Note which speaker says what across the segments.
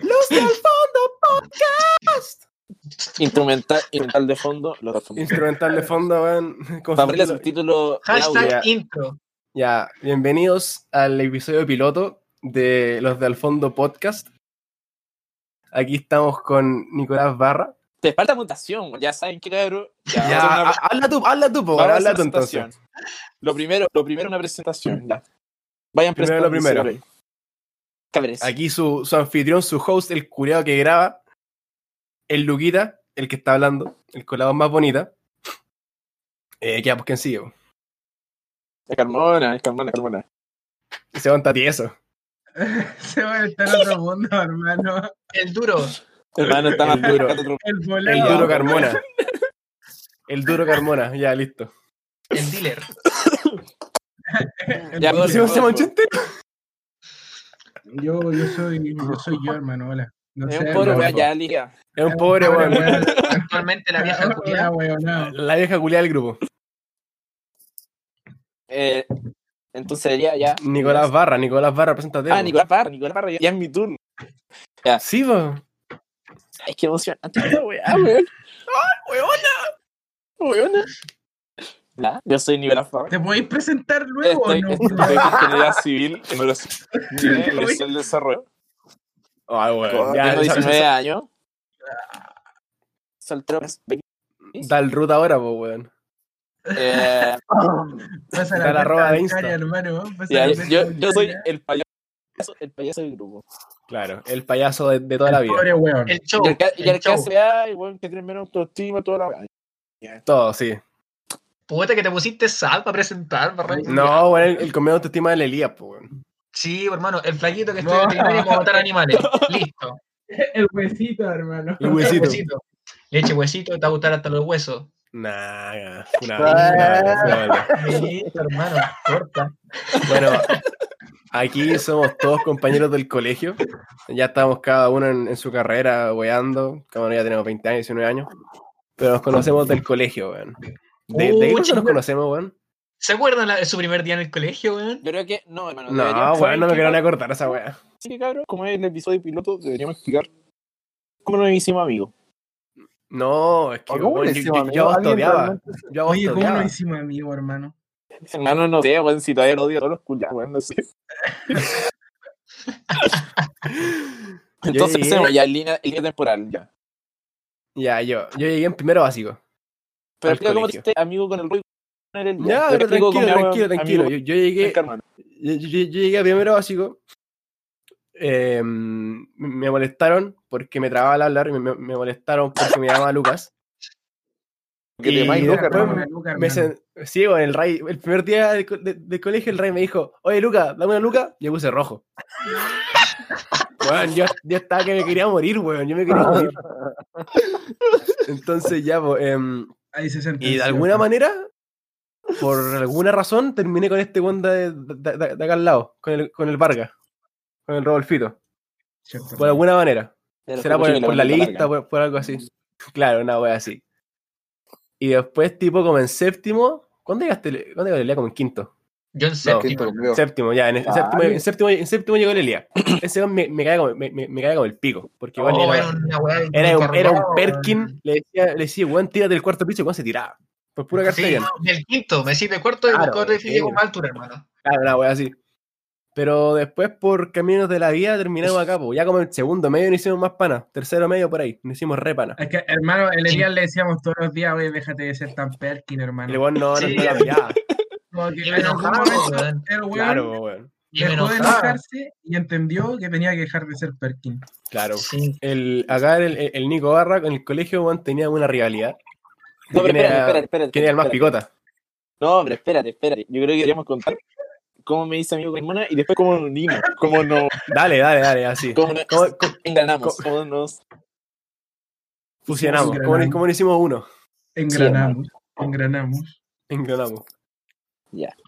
Speaker 1: Los del fondo podcast.
Speaker 2: Instrumental, instrumental de fondo. Los
Speaker 1: Instrumental de fondo, weón. Con
Speaker 2: Pamela
Speaker 1: subtítulo.
Speaker 2: subtítulo. en audio.
Speaker 3: Hashtag
Speaker 1: ya.
Speaker 3: intro.
Speaker 1: Ya, bienvenidos al episodio piloto de Los de Al Fondo Podcast. Aquí estamos con Nicolás Barra.
Speaker 2: Te falta mutación, ya saben que cabrón. Ya,
Speaker 1: Ya,
Speaker 2: vamos a hacer una-
Speaker 1: ha- habla tú, habla tú, po,
Speaker 2: vamos a hacer
Speaker 1: habla tú
Speaker 2: presentación.
Speaker 1: entonces.
Speaker 2: Lo primero, lo primero una presentación. ya. Vayan
Speaker 1: Primero lo
Speaker 2: presentándose,
Speaker 1: primero.
Speaker 2: ok. Cabres.
Speaker 1: Aquí su, su anfitrión, su host, el cureado que graba, el Luquita, el que está hablando, el colado más bonita. Eh, ya, pues quién sigue. po?
Speaker 2: Es Carmona, es Carmona, Carmona.
Speaker 1: Se aguanta tieso.
Speaker 4: Se va a estar en otro mundo, hermano.
Speaker 3: El duro.
Speaker 2: Hermano, está más
Speaker 1: El duro.
Speaker 2: duro. que otro-
Speaker 4: El
Speaker 1: El
Speaker 4: volado.
Speaker 1: duro Carmona. El duro Carmona, ya, listo.
Speaker 3: El dealer.
Speaker 4: El
Speaker 2: Ya,
Speaker 4: volado.
Speaker 1: ¿Se me hace manchón entero?
Speaker 4: Yo, yo soy, yo soy yo, hermano. Hola. No
Speaker 2: Es
Speaker 4: sé,
Speaker 2: un pobre
Speaker 4: hermano.
Speaker 2: weá, ya liga.
Speaker 1: Es un pobre, weón.
Speaker 3: Actualmente la vieja culiada.
Speaker 4: Hola, weonao.
Speaker 1: La vieja culia del grupo.
Speaker 2: Eh, entonces sería ya.
Speaker 1: Nicolás Barra, Nicolás Barra, preséntate.
Speaker 2: Ah,
Speaker 1: po.
Speaker 2: Nicolás Parra, Nicolás Parra, ya, ya es mi turno.
Speaker 1: Sí, po.
Speaker 2: Ay, qué emocionante esta weá,
Speaker 1: Ah,
Speaker 2: weón. ¡Ay, weona! Weona. Ya, yo soy Nicolás Parra.
Speaker 4: ¿Te podéis presentar luego
Speaker 2: Estoy,
Speaker 4: o no?
Speaker 2: estoy en ingeniería civil en los niveles del desarrollo.
Speaker 1: Ay, weón. Ya,
Speaker 2: Tengo
Speaker 1: esa-
Speaker 2: 19
Speaker 1: esa-
Speaker 2: años. Soltero.
Speaker 1: Da el root ahora, po, weón.
Speaker 2: Eh,
Speaker 4: Pasa
Speaker 1: Está la
Speaker 4: cuenta
Speaker 1: arroba de Insta.
Speaker 4: bancaria, hermano. Pasa
Speaker 2: ya,
Speaker 4: la
Speaker 2: yo,
Speaker 4: cuenta
Speaker 2: yo soy
Speaker 4: bancaria.
Speaker 2: el payaso, el payaso del grupo.
Speaker 1: Claro, el payaso de, de toda la vida.
Speaker 4: Pobre weón.
Speaker 3: El show.
Speaker 2: y el que, y el
Speaker 3: El
Speaker 2: que
Speaker 3: show.
Speaker 2: hace ay, weón, que tiene menos autoestima, toda la weá.
Speaker 1: Todo, sí.
Speaker 3: Puta que te pusiste sal para presentar, barra.
Speaker 1: No, weón, el, el comido de autoestima del Elías, po, weón.
Speaker 3: Sí, hermano, el flaquito que
Speaker 4: No.
Speaker 3: estudia veterinaria para matar animales. Listo.
Speaker 4: El huesito, hermano.
Speaker 1: El huesito.
Speaker 3: Huesito. Le eche huesito, te va a gustar hasta los huesos.
Speaker 1: Nah, una una-
Speaker 3: Listo, hermano, corta.
Speaker 1: Bueno, aquí somos todos compañeros del colegio. Ya estamos cada uno en, en su carrera, weando. Cada uno ya tenemos 20 años, 19 años. Pero nos conocemos del colegio, weón. ¿De, de qué cosa nos conocemos, weón?
Speaker 3: ¿Se acuerdan la- de su primer día en el colegio, weón?
Speaker 2: Yo creo que, no, hermano.
Speaker 1: No,
Speaker 2: deberíamos-
Speaker 1: weón, no
Speaker 2: ¿sabes
Speaker 1: me
Speaker 2: qué,
Speaker 1: quiero ni acordar esa weá.
Speaker 2: Sí, cabrón, como es el episodio piloto, deberíamos explicar cómo nos hicimos amigos.
Speaker 1: No, es que
Speaker 2: ¿O cómo
Speaker 1: weón,
Speaker 2: le
Speaker 1: yo,
Speaker 2: decimos,
Speaker 1: yo- yo
Speaker 2: amigo?
Speaker 1: odiaba. Yo a vos
Speaker 4: Oye,
Speaker 1: te
Speaker 4: ¿cómo
Speaker 1: odiaba.
Speaker 4: nos hicimos amigos, hermano?
Speaker 2: Hermano, no sé, weón, si todavía lo odio a todos los culiados, weón, no sé. Entonces,
Speaker 1: llegué-
Speaker 2: hacemos ya en línea, en línea temporal, ya.
Speaker 1: Ya, yo, yo llegué en primero básico.
Speaker 2: Pero
Speaker 1: Al
Speaker 2: explica cómo te
Speaker 1: colegio.
Speaker 2: hiciste amigo con el Rui. con el Elías.
Speaker 1: Ya,
Speaker 2: Yo
Speaker 1: pero
Speaker 2: explico
Speaker 1: tranquilo,
Speaker 2: cómo me hago
Speaker 1: tranquilo,
Speaker 2: amigo
Speaker 1: tranquilo. Yo, yo
Speaker 2: con el
Speaker 1: llegué,
Speaker 2: Carmona.
Speaker 1: yo, yo- yo llegué a primero básico. eh, m- me molestaron porque me trababa al hablar. Me, me- me molestaron porque me llamaba Lucas.
Speaker 2: Que te
Speaker 1: Y
Speaker 2: llamáis Lucas,
Speaker 1: después
Speaker 2: hermano.
Speaker 1: me-
Speaker 4: Ah,
Speaker 1: Me sen- sí, bueno, el Ray, el primer día del, co- de- del colegio, el Ray me dijo: Oye, Luca, dame una Luca. Yo puse rojo. Weón, yo, yo estaba que me quería morir, weón. Yo me quería morir. Entonces, ya, pues. em,
Speaker 4: Ahí se sentenció.
Speaker 1: Y de alguna manera, por alguna razón, terminé con este Wanda de, de- de- de acá al lado, con el, con el Vargas, con el Rodolfito.
Speaker 4: Cierto.
Speaker 1: Por alguna manera.
Speaker 2: Te lo
Speaker 1: Será
Speaker 2: juro,
Speaker 1: por,
Speaker 2: yo me
Speaker 1: por la
Speaker 2: levanto
Speaker 1: lista,
Speaker 2: larga.
Speaker 1: por, por algo así. Claro, una wea así. Y después, tipo, como en séptimo. ¿Cuándo llegaste? Le- ¿Cuándo llegó Lelia? Como en quinto.
Speaker 3: Yo en séptimo.
Speaker 1: Séptimo, ya. En, el-
Speaker 2: Ah,
Speaker 1: séptimo,
Speaker 2: bien.
Speaker 1: en, séptimo, en séptimo llegó Lelia. Ese weón me, me, cae como, me, me- me cae como el pico. Porque weón,
Speaker 3: Oh,
Speaker 1: era,
Speaker 3: era una weá de
Speaker 1: era un, era un
Speaker 3: informado,
Speaker 1: Perkin. Le decía, le decía, weón, tírate del cuarto piso y weón se tiraba. Por pura carta
Speaker 3: Sí,
Speaker 1: bien.
Speaker 3: del quinto, me decís de cuarto y
Speaker 1: Claro,
Speaker 3: buscó otro edificio
Speaker 1: sí.
Speaker 3: con más altura, hermano.
Speaker 1: Claro, una wea así. Pero después, por caminos de la vida, terminamos acá. po. Ya como en segundo medio no hicimos más pana. Tercero medio por ahí. No hicimos re pana.
Speaker 4: Es que, hermano, el Elías le decíamos todos los días, oye, déjate de ser tan perkin, hermano.
Speaker 1: Y el weón no, no,
Speaker 3: Sí.
Speaker 1: no la pillaba.
Speaker 4: Como que
Speaker 3: Y
Speaker 4: en
Speaker 3: me
Speaker 4: algún
Speaker 3: enojaba,
Speaker 4: momento
Speaker 3: weón.
Speaker 4: el weón
Speaker 1: Claro, po, weón.
Speaker 3: Y me
Speaker 4: dejó de
Speaker 3: enojaba.
Speaker 4: enojarse y entendió que tenía que dejar de ser perkin.
Speaker 1: Claro.
Speaker 3: Sí.
Speaker 1: El, acá el, el- el Nico Barra en el colegio weón, tenía una rivalidad.
Speaker 2: No, pero
Speaker 1: ¿Quién
Speaker 2: espérate,
Speaker 1: era-
Speaker 2: espérate, espérate.
Speaker 1: ¿Quién era el más
Speaker 2: espérate.
Speaker 1: picota?
Speaker 2: No, pero espérate, espérate. Yo creo que deberíamos contar cómo me hice amigo con Carmona y después cómo nos unimos, cómo nos
Speaker 1: Dale, dale, dale, así.
Speaker 2: cómo nos
Speaker 1: ¿Cómo, cómo
Speaker 2: engranamos, cómo nos...
Speaker 1: fusionamos? ¿Cómo,
Speaker 4: Engranamos.
Speaker 1: cómo no hicimos uno?
Speaker 4: Engranamos, engranamos.
Speaker 1: Engranamos.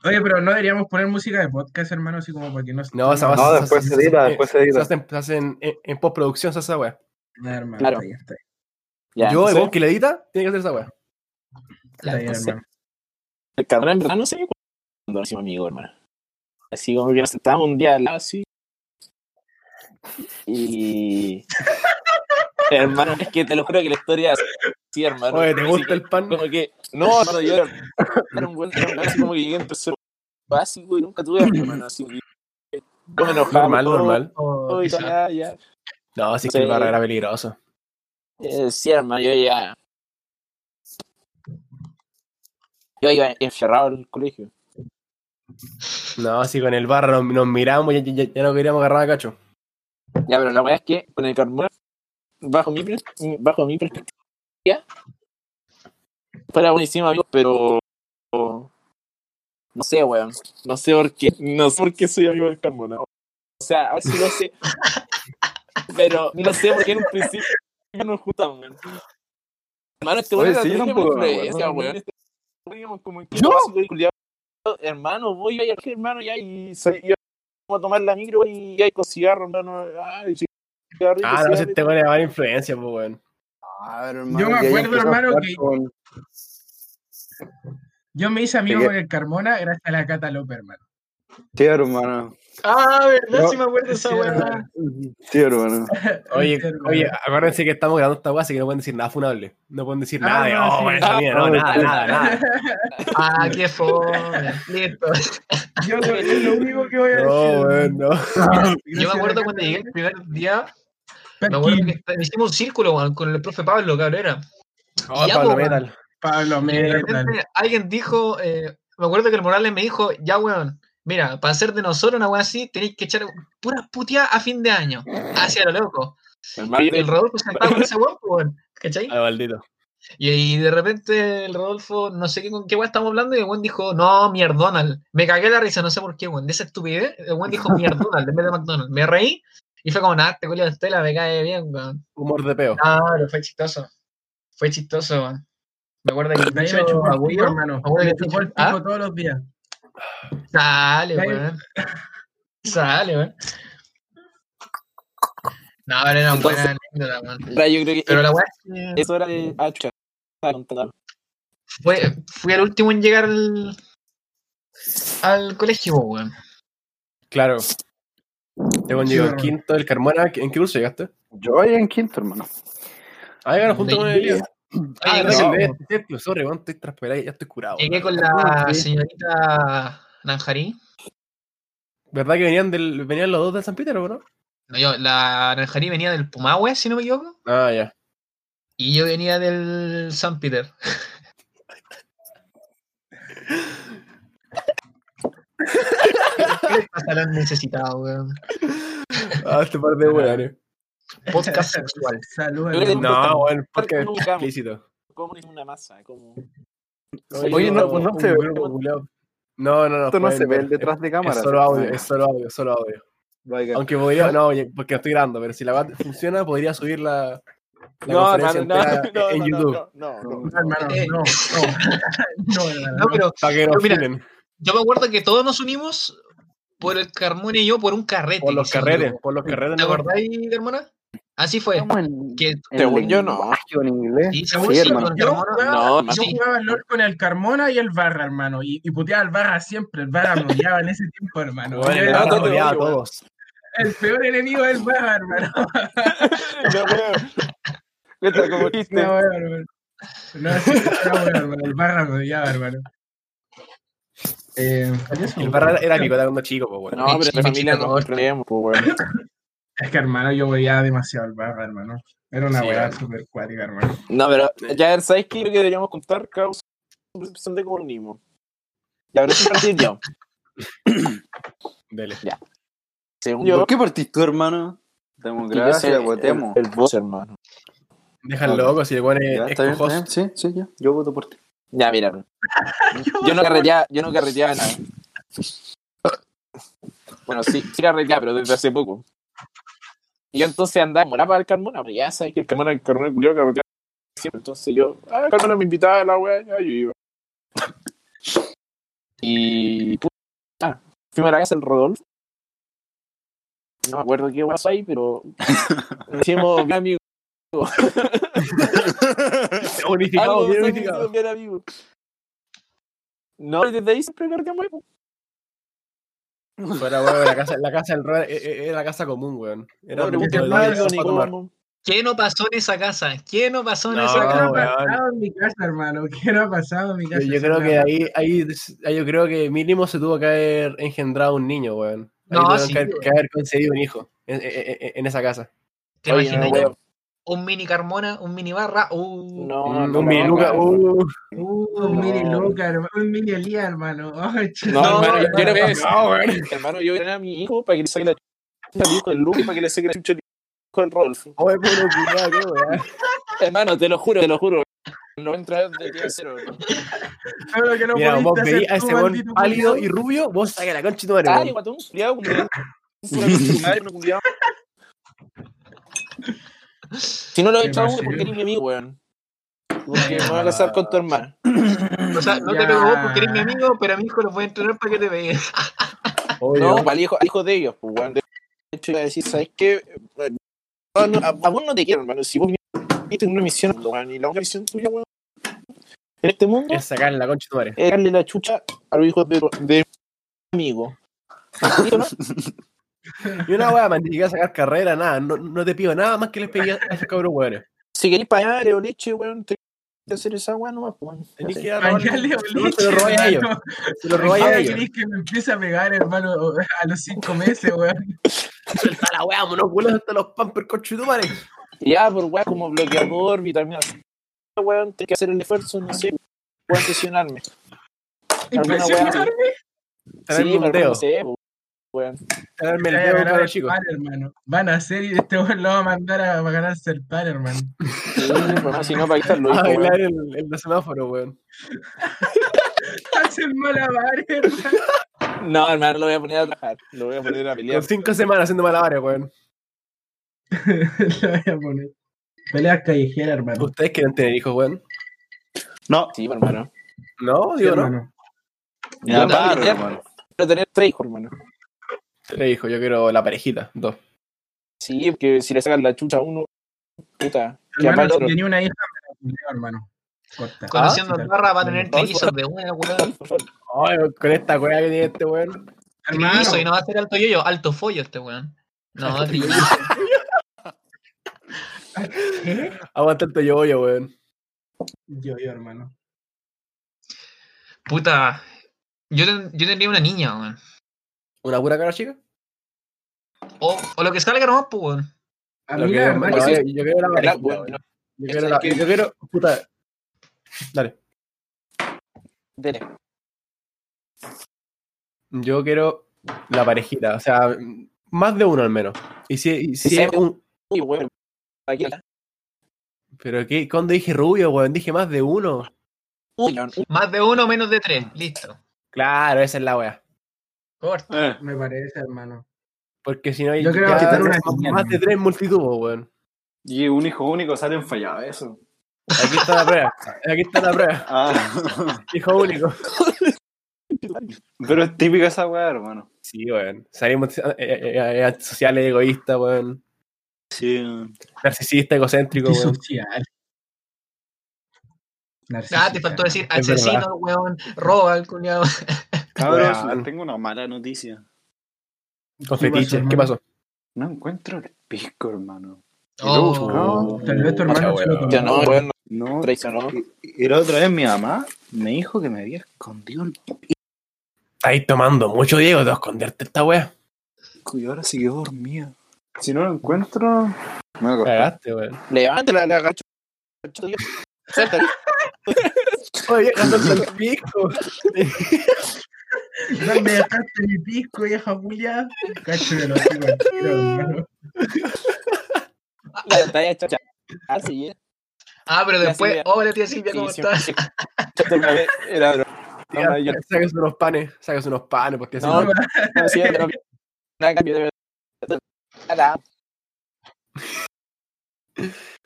Speaker 4: Oye, pero no deberíamos poner música de podcast, hermano, así como para que no se...
Speaker 1: No, esa va-
Speaker 5: No,
Speaker 1: se-
Speaker 5: después
Speaker 1: se-
Speaker 5: se
Speaker 1: se-
Speaker 5: edita,
Speaker 1: se-
Speaker 5: después se
Speaker 1: Se
Speaker 5: edita.
Speaker 1: hacen, se hacen en, en postproducción, se hace esa weá.
Speaker 4: Ah, hermano,
Speaker 2: Claro.
Speaker 4: está bien, está bien,
Speaker 2: Ya,
Speaker 1: Yo, el
Speaker 2: entonces,
Speaker 1: weón que le edita, tiene que hacer esa weá.
Speaker 4: está bien,
Speaker 2: entonces,
Speaker 4: hermano.
Speaker 2: el Carmona en verdad no sé cuándo nos hicimos amigos, hermano. Así como que nos sentábamos un día al lado así. Y. hermano, es que te lo juro que la historia. Sí, hermano.
Speaker 1: Oye, ¿te
Speaker 2: Así
Speaker 1: gusta
Speaker 2: que-
Speaker 1: el pan?
Speaker 2: Como que. No, hermano, yo era era un buen hermano, así como que llegué en tercero básico y nunca tuve hermano. Así que. Yo me enojaba.
Speaker 1: Normal,
Speaker 2: todo,
Speaker 1: normal.
Speaker 3: O
Speaker 2: todo y
Speaker 3: quizá-
Speaker 2: todo, ya.
Speaker 1: No, sí que el
Speaker 2: Sí.
Speaker 1: barrio era peligroso.
Speaker 2: Eh, sí, hermano, yo ya. Yo iba encerrado al colegio.
Speaker 1: No, sí, con el barro nos, nos miramos y ya, ya- ya no queríamos agarrar a cacho.
Speaker 2: Ya, pero la verdad es que con el Carmona, bajo mi, pers- bajo mi perspectiva, fuera buenísimo, amigo, pero. No sé, weón. No sé por qué. No sé por qué soy amigo del Carmona. O sea, a ver si lo sé. Pero no sé por qué en un principio no nos juntamos, weón. Hermano, este
Speaker 5: Oye,
Speaker 2: weón era
Speaker 5: sí, yo
Speaker 2: terrible
Speaker 5: tampoco me
Speaker 2: influencia,
Speaker 5: acuerdo.
Speaker 2: weón. Este weón íbamos como en quinto básico y culiao, Hermano, voy a hermano, ya, y soy- y vamos a tomar la micro y ya, y con cigarro, hermano. Ay, sí, cigarrillo,
Speaker 1: Ah, no,
Speaker 2: cigarrillo.
Speaker 1: si te van a dar influencia, pues, weón.
Speaker 5: A ver, Ah, hermano,
Speaker 4: Yo me
Speaker 5: que ahí
Speaker 4: acuerdo,
Speaker 5: empezó a
Speaker 4: hermano,
Speaker 5: jugar
Speaker 4: que-
Speaker 5: con-
Speaker 4: Yo me hice amigo
Speaker 5: Sí.
Speaker 4: con el Carmona gracias a la Cata López, hermano.
Speaker 5: Sí, hermano.
Speaker 3: Ah, verdad,
Speaker 5: No.
Speaker 3: sí me acuerdo de esa
Speaker 4: Sí,
Speaker 3: weá.
Speaker 4: hermano.
Speaker 5: Sí, hermano.
Speaker 1: Oye,
Speaker 4: Sí, hermano.
Speaker 1: oye, acuérdense que estamos grabando esta weá, así que no pueden decir nada funable. No pueden decir
Speaker 4: Ah,
Speaker 1: nada de,
Speaker 4: no,
Speaker 1: oh,
Speaker 4: sí.
Speaker 1: bueno, esa mía, no,
Speaker 5: Ah,
Speaker 1: nada,
Speaker 5: sí.
Speaker 1: nada, nada.
Speaker 3: Ah, qué fome. Listo.
Speaker 4: Yo weón, es lo único que voy a decir.
Speaker 1: No,
Speaker 4: hermano.
Speaker 1: weón, no.
Speaker 3: Yo
Speaker 4: Gracias
Speaker 3: me
Speaker 4: a la
Speaker 3: acuerdo
Speaker 4: Cata
Speaker 3: cuando llegué
Speaker 4: López.
Speaker 3: el primer día, me acuerdo
Speaker 4: Perkin,
Speaker 3: que hicimos un círculo weón, con el profe Pablo Cabrera.
Speaker 1: Oh,
Speaker 3: Ya,
Speaker 1: Pablo
Speaker 3: po, weón.
Speaker 1: Metal.
Speaker 4: Pablo
Speaker 3: Y de
Speaker 4: Metal.
Speaker 3: repente alguien dijo, eh, me acuerdo que el Morales me dijo, ya weón, mira, para hacer de nosotros una weá así, tenéis que echar puras puteadas a fin de año. Hacia lo loco.
Speaker 2: Hermano,
Speaker 3: Y el Rodolfo se estaba con ese weón, po, weón, ¿cachai?
Speaker 1: Ay, Ah, maldito.
Speaker 3: Y, y de repente el Rodolfo, no sé qué, con qué weón estamos hablando, y el weón dijo, no, McDonald's Me cagué la risa, no sé por qué, weón. De esa estupidez, el weón dijo McDonald's en vez de McDonald's. Me reí y fue como, este nada, te cuello de Estela, me cae bien, weón.
Speaker 1: Humor de peo.
Speaker 3: Ah, pero fue chistoso. Fue chistoso, weón. Me acuerdo que el
Speaker 4: De ahí
Speaker 3: bicho
Speaker 4: me chupó el pico,
Speaker 3: Agüero-
Speaker 4: hermano.
Speaker 3: Agüero
Speaker 4: Me
Speaker 3: le
Speaker 4: chupó el
Speaker 3: dijo, ¿ah?
Speaker 4: pico todos los días.
Speaker 3: Sale,
Speaker 4: Ahí-
Speaker 3: weón. Sale, weón. No, pero era una buena anécdota, weón.
Speaker 2: Ahora yo creo que
Speaker 3: Pero la weá es que
Speaker 2: es hora de. Ah, chucha, estaba contando.
Speaker 3: fue, fui el último en llegar al, al colegio, po, weón.
Speaker 1: Claro. Te cuando
Speaker 4: Sí,
Speaker 1: llegó el
Speaker 4: hermano.
Speaker 1: quinto del Carmona, ¿en qué curso llegaste?
Speaker 5: Yo ahí en quinto, hermano.
Speaker 1: Ah, llegaron junto
Speaker 3: Sí.
Speaker 1: con el Ah, verdad
Speaker 3: Oye, que
Speaker 1: que
Speaker 3: sí,
Speaker 1: el Elías, sí, cierto, sorry, weón, estoy transpirado, ya estoy curado.
Speaker 3: Llegué con
Speaker 5: Ah,
Speaker 3: la
Speaker 5: sí.
Speaker 3: señorita Nanjarí.
Speaker 1: ¿Verdad que venían, del, venían los dos de San Peter, o no?
Speaker 3: No, yo, la Nanjarí venía del Pumahue, si no me equivoco.
Speaker 1: Ah, ya.
Speaker 3: Y yo venía del San Peter. ¿Qué le pasa a los necesitados, weón?
Speaker 1: Ah, este par de weones.
Speaker 3: Podcast sexual.
Speaker 4: Saludos.
Speaker 2: Yo creo que-
Speaker 1: No, weón, porque
Speaker 2: Nunca,
Speaker 1: es
Speaker 2: weón.
Speaker 1: explícito.
Speaker 2: ¿Cómo es una masa? ¿Cómo?
Speaker 5: Oye, no- pues, no se ve.
Speaker 1: No, no, no.
Speaker 5: Esto no
Speaker 1: pueden
Speaker 5: se ve
Speaker 1: ver,
Speaker 5: el detrás de
Speaker 1: es-
Speaker 5: cámara.
Speaker 1: Es solo audio, es solo audio, solo audio.
Speaker 5: Vaya.
Speaker 1: Aunque podría, no, oye, porque no estoy grabando, pero si la bat funciona, podría subir la, la conferencia entera en YouTube.
Speaker 2: no, no,
Speaker 4: No, hermano,
Speaker 3: Eh.
Speaker 4: no, no. No, hermano,
Speaker 3: No,
Speaker 4: no.
Speaker 3: pero
Speaker 1: Para que nos
Speaker 3: Pero mira,
Speaker 1: miren
Speaker 3: yo me acuerdo que todos nos unimos por el Carmona y yo por un carrete.
Speaker 1: por los
Speaker 3: si no me
Speaker 1: carretes,
Speaker 3: equivoco.
Speaker 1: por los carretes.
Speaker 3: ¿Te
Speaker 1: no me-
Speaker 3: acordáis, Carmona? Así fue.
Speaker 5: Estamos en-
Speaker 3: Que
Speaker 5: en
Speaker 2: Según yo, no.
Speaker 5: lenguaje o En inglés.
Speaker 3: Sí,
Speaker 5: Sí,
Speaker 3: según sí,
Speaker 5: hermano.
Speaker 3: con-
Speaker 4: Yo
Speaker 3: Carmona,
Speaker 4: jugaba,
Speaker 2: no,
Speaker 4: yo
Speaker 3: sí.
Speaker 4: jugaba al LOL con el Carmona y el Barra, hermano. Y, y puteaba al Barra siempre. El Barra me odiaba en ese tiempo, hermano.
Speaker 1: Weón,
Speaker 4: Yo
Speaker 1: el
Speaker 4: era
Speaker 1: Barra
Speaker 2: no, no,
Speaker 1: rodeaba a
Speaker 2: no, no.
Speaker 1: todos.
Speaker 4: el peor enemigo del Barra, hermano.
Speaker 2: Cuéntalo como chiste.
Speaker 4: No, weón, hermano. No, sí, no, weón, hermano. El Barra me odiaba, hermano. Eh, eso,
Speaker 1: El barra era picota cuando chico, pues, weón.
Speaker 2: No, pero la familia no
Speaker 3: Chiste,
Speaker 2: comprendemos, pues, weón.
Speaker 4: Es que, hermano, yo odiaba demasiado al Barra, hermano. Era una
Speaker 1: Sí,
Speaker 4: weá
Speaker 1: hermano.
Speaker 4: súper cuática, hermano.
Speaker 2: No, pero ya sabéis que creo que deberíamos contar cada uno su percepción de comunismo. Ya, pero eso partir yo.
Speaker 1: Dele.
Speaker 2: Según yo,
Speaker 5: ¿Por qué partís tú, hermano? Democracia,
Speaker 2: gracias,
Speaker 5: votemos.
Speaker 2: El, el voz, hermano.
Speaker 1: Dejan loco si le pones
Speaker 5: Ya, está bien, está bien.
Speaker 1: escojos.
Speaker 5: Sí, sí, ya. Yo voto por ti.
Speaker 2: Ya, mira. Yo no carreteaba, yo no carreteaba nada. Bueno, sí, sí carreteaba, pero desde hace poco. Y yo entonces andaba en morapa al Carmona, pero ya sabes que el Carmona, el Carmona culiao carreteaba siempre. Entonces yo, ah, el Carmona me invitaba a la wea, ya yo iba. Y. pu- Ah, fuimos a la casa del Rodolfo. No me acuerdo qué pasó ahí, pero. Nos hicimos bien amigos.
Speaker 1: Unificado,
Speaker 2: Algo
Speaker 1: bien
Speaker 2: pasó
Speaker 1: unificado.
Speaker 2: que era pues, vivo. No, y desde ahí siempre cargamos ahí, po.
Speaker 1: Fue la weá, la casa, la casa del Roa, e- e- era la casa común, weón. Era
Speaker 2: No
Speaker 1: un
Speaker 2: preguntes
Speaker 1: grupo de
Speaker 2: más,
Speaker 1: locos
Speaker 2: ni
Speaker 1: para tomar.
Speaker 2: cómo.
Speaker 3: ¿Qué no pasó en esa casa? ¿Qué no pasó en
Speaker 1: No,
Speaker 3: esa
Speaker 4: ¿Qué
Speaker 3: casa?
Speaker 4: no ha
Speaker 1: weón.
Speaker 4: pasado en mi casa, hermano? ¿Qué no ha pasado en mi
Speaker 1: Yo,
Speaker 4: casa?
Speaker 1: yo creo que ahí, ahí, ahí yo creo que mínimo se tuvo que haber engendrado un niño, weón. Ahí
Speaker 3: No,
Speaker 1: tuvieron
Speaker 3: sí,
Speaker 1: que, haber-
Speaker 3: weón.
Speaker 1: que haber conseguido un hijo en, en- en- en esa casa.
Speaker 3: ¿Te
Speaker 2: Oye,
Speaker 3: imaginas?
Speaker 2: weón,
Speaker 3: Un mini Carmona, un mini Barra. Uh,
Speaker 2: No,
Speaker 1: Mm,
Speaker 2: no,
Speaker 1: un
Speaker 2: no,
Speaker 1: mini
Speaker 2: no,
Speaker 1: Luca,
Speaker 2: no.
Speaker 1: uh,
Speaker 4: Uh, un mini Luca, hermano. Un mini Elías, hermano. Ay, chuta.
Speaker 2: No,
Speaker 3: No,
Speaker 2: hermano, yo le voy a
Speaker 4: no,
Speaker 2: decir, hermano, yo voy a tener a mi hijo para que le saque la chucha al hijo del Luca y para que le saque la chucha al hijo del Rolfo.
Speaker 1: oye, oh, puro culiao, qué weá.
Speaker 2: Hermano, te lo juro, te lo juro. No entras de día cero, hermano.
Speaker 4: Algo que no
Speaker 1: Mira,
Speaker 4: pudiste
Speaker 1: vos
Speaker 4: hacer
Speaker 1: veis a
Speaker 4: tú,
Speaker 1: ese weón
Speaker 4: maldito
Speaker 1: pálido y
Speaker 4: culiao.
Speaker 1: rubio, vos saca la concha de tu madre,
Speaker 2: Ay,
Speaker 1: weón.
Speaker 2: guatón, culiado, culiado. Si no lo he
Speaker 4: Qué
Speaker 2: echado,
Speaker 4: vacío.
Speaker 2: ¿por qué eres mi amigo, weón? Porque me voy a casar con tu hermano.
Speaker 3: o sea, no te
Speaker 4: Ya.
Speaker 3: pego vos porque eres mi amigo, pero a mi hijo los voy a entrenar para que te pegue.
Speaker 1: Oye,
Speaker 2: No,
Speaker 1: weón.
Speaker 2: para el hijo, al hijo de ellos, pues, weón. De hecho, iba a decir, ¿sabes qué? No, no, a, a vos no te quiero, hermano. Si vos viniste en una misión, weón, y la única misión tuya, weón, en este mundo,
Speaker 1: Es sacar la concha de tu madre.
Speaker 2: es darle la chucha a los hijos de, de mi amigo. ¿Sí o no?
Speaker 1: Y una weá, man, ni siquiera sacar carrera, nada. No, no te pido nada más que les pedí a esos cabros weones.
Speaker 2: Si queréis pañales o leche, weón, tenés que hacer esa weón nomás, pues, weón.
Speaker 1: Tenés que
Speaker 2: Así.
Speaker 1: ir a robar-
Speaker 4: Pañales o
Speaker 1: No, se lo
Speaker 4: leche,
Speaker 1: robáis a ellos.
Speaker 4: hermano.
Speaker 1: Se lo robáis a
Speaker 4: Ahora
Speaker 1: ellos.
Speaker 4: querés que me empiece a pegar, hermano, a los cinco meses, weón.
Speaker 1: Suelta la weá, monoculos hasta los pampers, concha de tu madre.
Speaker 2: Ya, por weón, como bloqueador, vitamina C, weón, tenés que hacer el esfuerzo, no sé, weón, sesionarme. Alguna weón.
Speaker 4: Impresionarme.
Speaker 1: Traerme un
Speaker 2: pero
Speaker 1: dedo.
Speaker 2: no sé, pues, weón.
Speaker 1: Traerme el
Speaker 4: Te
Speaker 1: dedo,
Speaker 4: van a
Speaker 1: cabros
Speaker 4: ganar
Speaker 1: chicos.
Speaker 4: par, hermano. Van a hacer y este weón lo va a mandar a, a ganarse el par, hermano.
Speaker 2: Sí, pues, si no, para estar
Speaker 1: A
Speaker 2: loco, weón.
Speaker 1: bailar el, el semáforo, weón.
Speaker 4: Hacen malabares, hermano.
Speaker 2: No, hermano, lo voy a poner a trabajar. Lo voy a poner a
Speaker 1: Con
Speaker 2: pelear.
Speaker 1: cinco semanas haciendo malabares, weón.
Speaker 4: Lo voy a poner. Peleas callejeras, hermano.
Speaker 1: ¿Ustedes quieren tener hijos, weón?
Speaker 5: No,
Speaker 2: Sí, hermano.
Speaker 1: No,
Speaker 4: Sí,
Speaker 1: digo, no.
Speaker 4: hermano.
Speaker 5: ya
Speaker 2: no,
Speaker 5: paro,
Speaker 2: ya.
Speaker 5: hermano.
Speaker 2: Quiero tener tres hijos, hermano.
Speaker 1: Tres hijos, yo quiero la parejita, dos.
Speaker 2: Sí, porque si le sacan la chucha a uno, puta. Que
Speaker 4: Hermano,
Speaker 2: aparte
Speaker 4: si
Speaker 2: lo-
Speaker 4: tenía una hija, me la culeo, hermano. Corta.
Speaker 3: Conociendo
Speaker 4: Ah,
Speaker 3: al Barra va a tener
Speaker 2: No,
Speaker 3: trillizos de una, culada.
Speaker 1: Ay, con esta weá que tiene este weón.
Speaker 4: Hermano,
Speaker 3: y no va a ser alto yoyo, alto follo este weón. No, trillizo.
Speaker 4: ¿qué?
Speaker 1: Aguanta el toyo, weón.
Speaker 4: Yo, yo, hermano.
Speaker 3: Puta. Yo, ten- yo tendría una niña, weón.
Speaker 1: ¿Una pura cara chica?
Speaker 3: O, o lo que salga nomás, pues, weón.
Speaker 1: Lo
Speaker 4: Amiga,
Speaker 1: quiero-
Speaker 4: hermano,
Speaker 1: yo eh.
Speaker 4: sí.
Speaker 1: quiero- yo quiero la
Speaker 2: Claro,
Speaker 1: parejita,
Speaker 2: bueno,
Speaker 1: weón.
Speaker 2: no,
Speaker 1: Yo quiero, la- yo quiero, puta. Dale.
Speaker 2: dele.
Speaker 1: Yo quiero la parejita, o sea, más de uno al menos. Y si, y si
Speaker 2: Sí,
Speaker 1: es
Speaker 2: sí.
Speaker 1: un.
Speaker 2: Uy, weón. Aquí la-
Speaker 1: Pero qué, cuando dije rubio, weón, dije más de uno.
Speaker 2: Uy, weón.
Speaker 3: Más de uno, menos de tres. Listo.
Speaker 1: Claro, esa es la weá.
Speaker 3: Corta.
Speaker 5: Eh,
Speaker 4: Me parece, hermano.
Speaker 1: Porque si no hay
Speaker 4: Yo creo que
Speaker 1: ya
Speaker 4: va a tener
Speaker 1: tenemos
Speaker 4: una niña,
Speaker 1: más de
Speaker 4: hermano.
Speaker 1: tres multitubos, weón.
Speaker 5: y un hijo único salen fallados, eso.
Speaker 1: Aquí está la prueba. Aquí está la prueba.
Speaker 5: Ah,
Speaker 1: Hijo único.
Speaker 5: pero es típica esa weá, hermano.
Speaker 1: Sí, weón. Salimos eh, eh, eh, antisociales, egoístas, weón.
Speaker 5: Sí.
Speaker 1: Narcisista, egocéntrico, weón.
Speaker 4: Antisocial.
Speaker 3: Ah,
Speaker 4: Narcisista.
Speaker 3: te faltó decir
Speaker 1: Es verdad.
Speaker 3: asesino, weón. Roba al culiado.
Speaker 5: Cabros,
Speaker 1: Weón.
Speaker 5: les tengo una mala noticia.
Speaker 1: Con
Speaker 4: ¿Qué pasó,
Speaker 1: fetiche. ¿Qué
Speaker 4: hermano?
Speaker 1: pasó?
Speaker 5: No encuentro el pisco, hermano.
Speaker 3: Oh.
Speaker 5: No.
Speaker 4: Tal vez tu
Speaker 1: Puta,
Speaker 4: hermano se lo
Speaker 1: weón.
Speaker 4: tomó.
Speaker 2: Ya no, weón.
Speaker 5: No,
Speaker 2: Traicionó.
Speaker 5: y la otra vez mi mamá me dijo que me había escondido el
Speaker 1: Estáis tomando mucho, Diego, de esconderte esta weá.
Speaker 5: pisco y ahora se quedó dormida. Si no lo encuentro, me voy a acostar.
Speaker 1: Cagaste, weón.
Speaker 2: Levántala, la agacho. Yo- Suéltala.
Speaker 1: Oye, gastando el pico.
Speaker 4: No me dejaste mi pisco, vieja Julia. Cacho de los hijos, hermano.
Speaker 2: La batalla chacha. Ah, sí, eh.
Speaker 3: Ah, pero
Speaker 2: Ya,
Speaker 3: después.
Speaker 2: Silvia.
Speaker 3: Hola, tía Silvia, ¿cómo
Speaker 2: Sí, sí,
Speaker 3: estás?
Speaker 2: sí. Chacha una vez, Era broma. No, yo-
Speaker 1: Sacas unos panes, sacas unos panes, porque
Speaker 2: No,
Speaker 1: si no-
Speaker 2: no, sí, era broma. Nada, cambio de- Nada.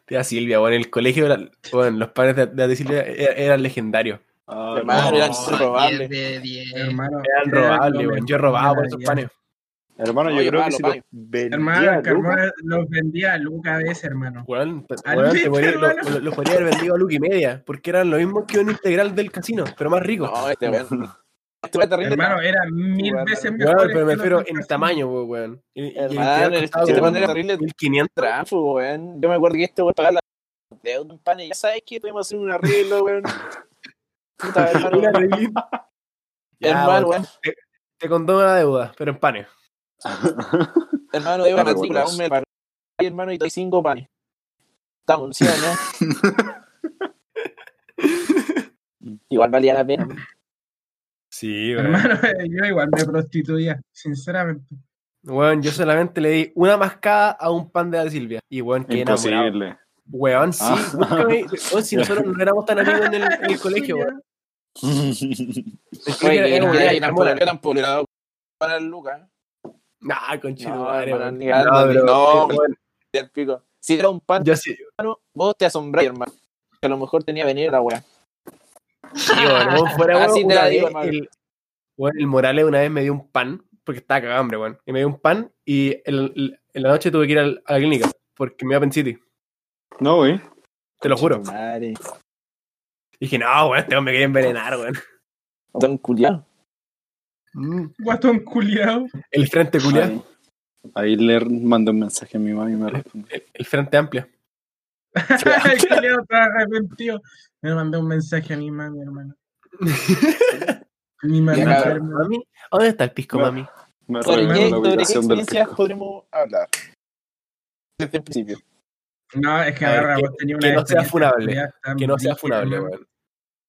Speaker 1: Tía Silvia, bueno, en el colegio, la- bueno, los panes de, de Silvia era- eran legendarios.
Speaker 5: Ah,
Speaker 2: Hermano,
Speaker 5: no.
Speaker 2: eran
Speaker 3: Oh,
Speaker 2: robables.
Speaker 3: diez de diez.
Speaker 4: Hermano.
Speaker 1: Eran robables, weón. Yo robaba por esos panes.
Speaker 5: Hermano, yo
Speaker 2: Oye,
Speaker 5: creo
Speaker 2: palo,
Speaker 5: que si
Speaker 2: palo.
Speaker 5: los vendía,
Speaker 4: Hermano,
Speaker 5: Luca,
Speaker 4: Carmona los vendía a Luca a veces, hermano.
Speaker 1: Weón, te-
Speaker 4: Al
Speaker 1: weón, te
Speaker 4: Vito,
Speaker 1: podría- lo,
Speaker 4: hermano.
Speaker 1: lo- lo podría haber vendido a Luke y media, porque eran lo mismo que un integral del casino, pero más rico.
Speaker 2: No, este weón. Este weón es terrible.
Speaker 4: Hermano, era mil
Speaker 5: Bueno,
Speaker 4: veces mejor.
Speaker 1: Weón, pero me
Speaker 4: que los
Speaker 1: refiero en
Speaker 4: Fantasmas.
Speaker 1: tamaño, po, weón. Y, y el
Speaker 2: Hermano,
Speaker 1: que
Speaker 2: este
Speaker 1: costaba como
Speaker 2: weón era terrible
Speaker 1: 1500.
Speaker 2: tráfico, weón. Yo me acuerdo que este weón pagaba la deuda en pan y ya sabes que tuvimos hacer un arreglo, weón. Puta, hermano.
Speaker 1: Ya,
Speaker 2: hermano,
Speaker 1: weón,
Speaker 2: weón.
Speaker 1: Te condono la deuda, pero en panes.
Speaker 2: Hermano, debo la
Speaker 5: Ya me
Speaker 2: matrícula,
Speaker 5: acuerdo.
Speaker 2: aún me pagó, hermano, y doy cinco panes. Estamos, ¿sí o no? Igual valía la pena.
Speaker 1: Sí, weón.
Speaker 4: Hermano, yo igual me prostituía, sinceramente.
Speaker 1: Weón, yo solamente le di una mascada a un pan de la Silvia. Y weón, que enamorado.
Speaker 5: Imposible.
Speaker 1: Weón, sí.
Speaker 5: Ah.
Speaker 1: búscame- Weón, si nosotros no éramos tan amigos en el, en el colegio, weón.
Speaker 2: Oye,
Speaker 1: Era-
Speaker 2: que
Speaker 1: era
Speaker 2: no,
Speaker 1: una
Speaker 2: ya
Speaker 1: de
Speaker 2: eran
Speaker 1: Carmona.
Speaker 2: polerados, eran polerados para el Lucas.
Speaker 1: Nah, conchito,
Speaker 2: No,
Speaker 1: madre,
Speaker 2: hermano,
Speaker 1: weón.
Speaker 2: ni ganas,
Speaker 1: pero-
Speaker 2: no.
Speaker 1: weón,
Speaker 2: del pico. Si era un pan,
Speaker 1: Yo sí,
Speaker 2: hermano, vos te asombrás, hermano. Que a lo mejor tenía venir la weá.
Speaker 1: Sí, weón, weón, fuera, weón,
Speaker 2: Así te
Speaker 1: una
Speaker 2: la digo,
Speaker 1: vez
Speaker 2: hermano.
Speaker 1: el, weón, el Morales una vez me dio un pan, porque estaba cagado de hambre, weón. Y me dio un pan y el- el- en la noche tuve que ir al- a la clínica, porque me iba a Penn City,
Speaker 5: No, güey.
Speaker 1: te lo juro.
Speaker 2: Madre.
Speaker 1: Y dije, no, weón, este weón me quería envenenar, weón.
Speaker 2: Tan culiado.
Speaker 1: Mm,
Speaker 4: Guatón culiao.
Speaker 1: El frente culiado,
Speaker 5: Ahí, ahí le mandé un mensaje a mi mami y me respondió.
Speaker 1: el, el frente amplio.
Speaker 4: El culiao estaba arrepentido. Me mandó un mensaje a mi mami, hermano. Mi mami
Speaker 2: Ya, cabrón.
Speaker 4: enferma.
Speaker 1: Mami, ¿dónde está el pisco,
Speaker 5: No.
Speaker 1: mami?
Speaker 5: Me
Speaker 2: Sobre
Speaker 5: arregló
Speaker 2: qué,
Speaker 5: la
Speaker 2: sobre qué
Speaker 5: ubicación del
Speaker 2: experiencias
Speaker 5: pico.
Speaker 2: podremos hablar. Desde el principio.
Speaker 4: No, es que
Speaker 1: A ver,
Speaker 4: Barra,
Speaker 1: que-
Speaker 4: vos tenías
Speaker 1: que
Speaker 4: una
Speaker 1: no sea
Speaker 4: experiencia
Speaker 1: funable,
Speaker 4: culiao tan
Speaker 1: Que no sea
Speaker 4: brígida,
Speaker 1: funable,
Speaker 4: hermano.
Speaker 1: weón.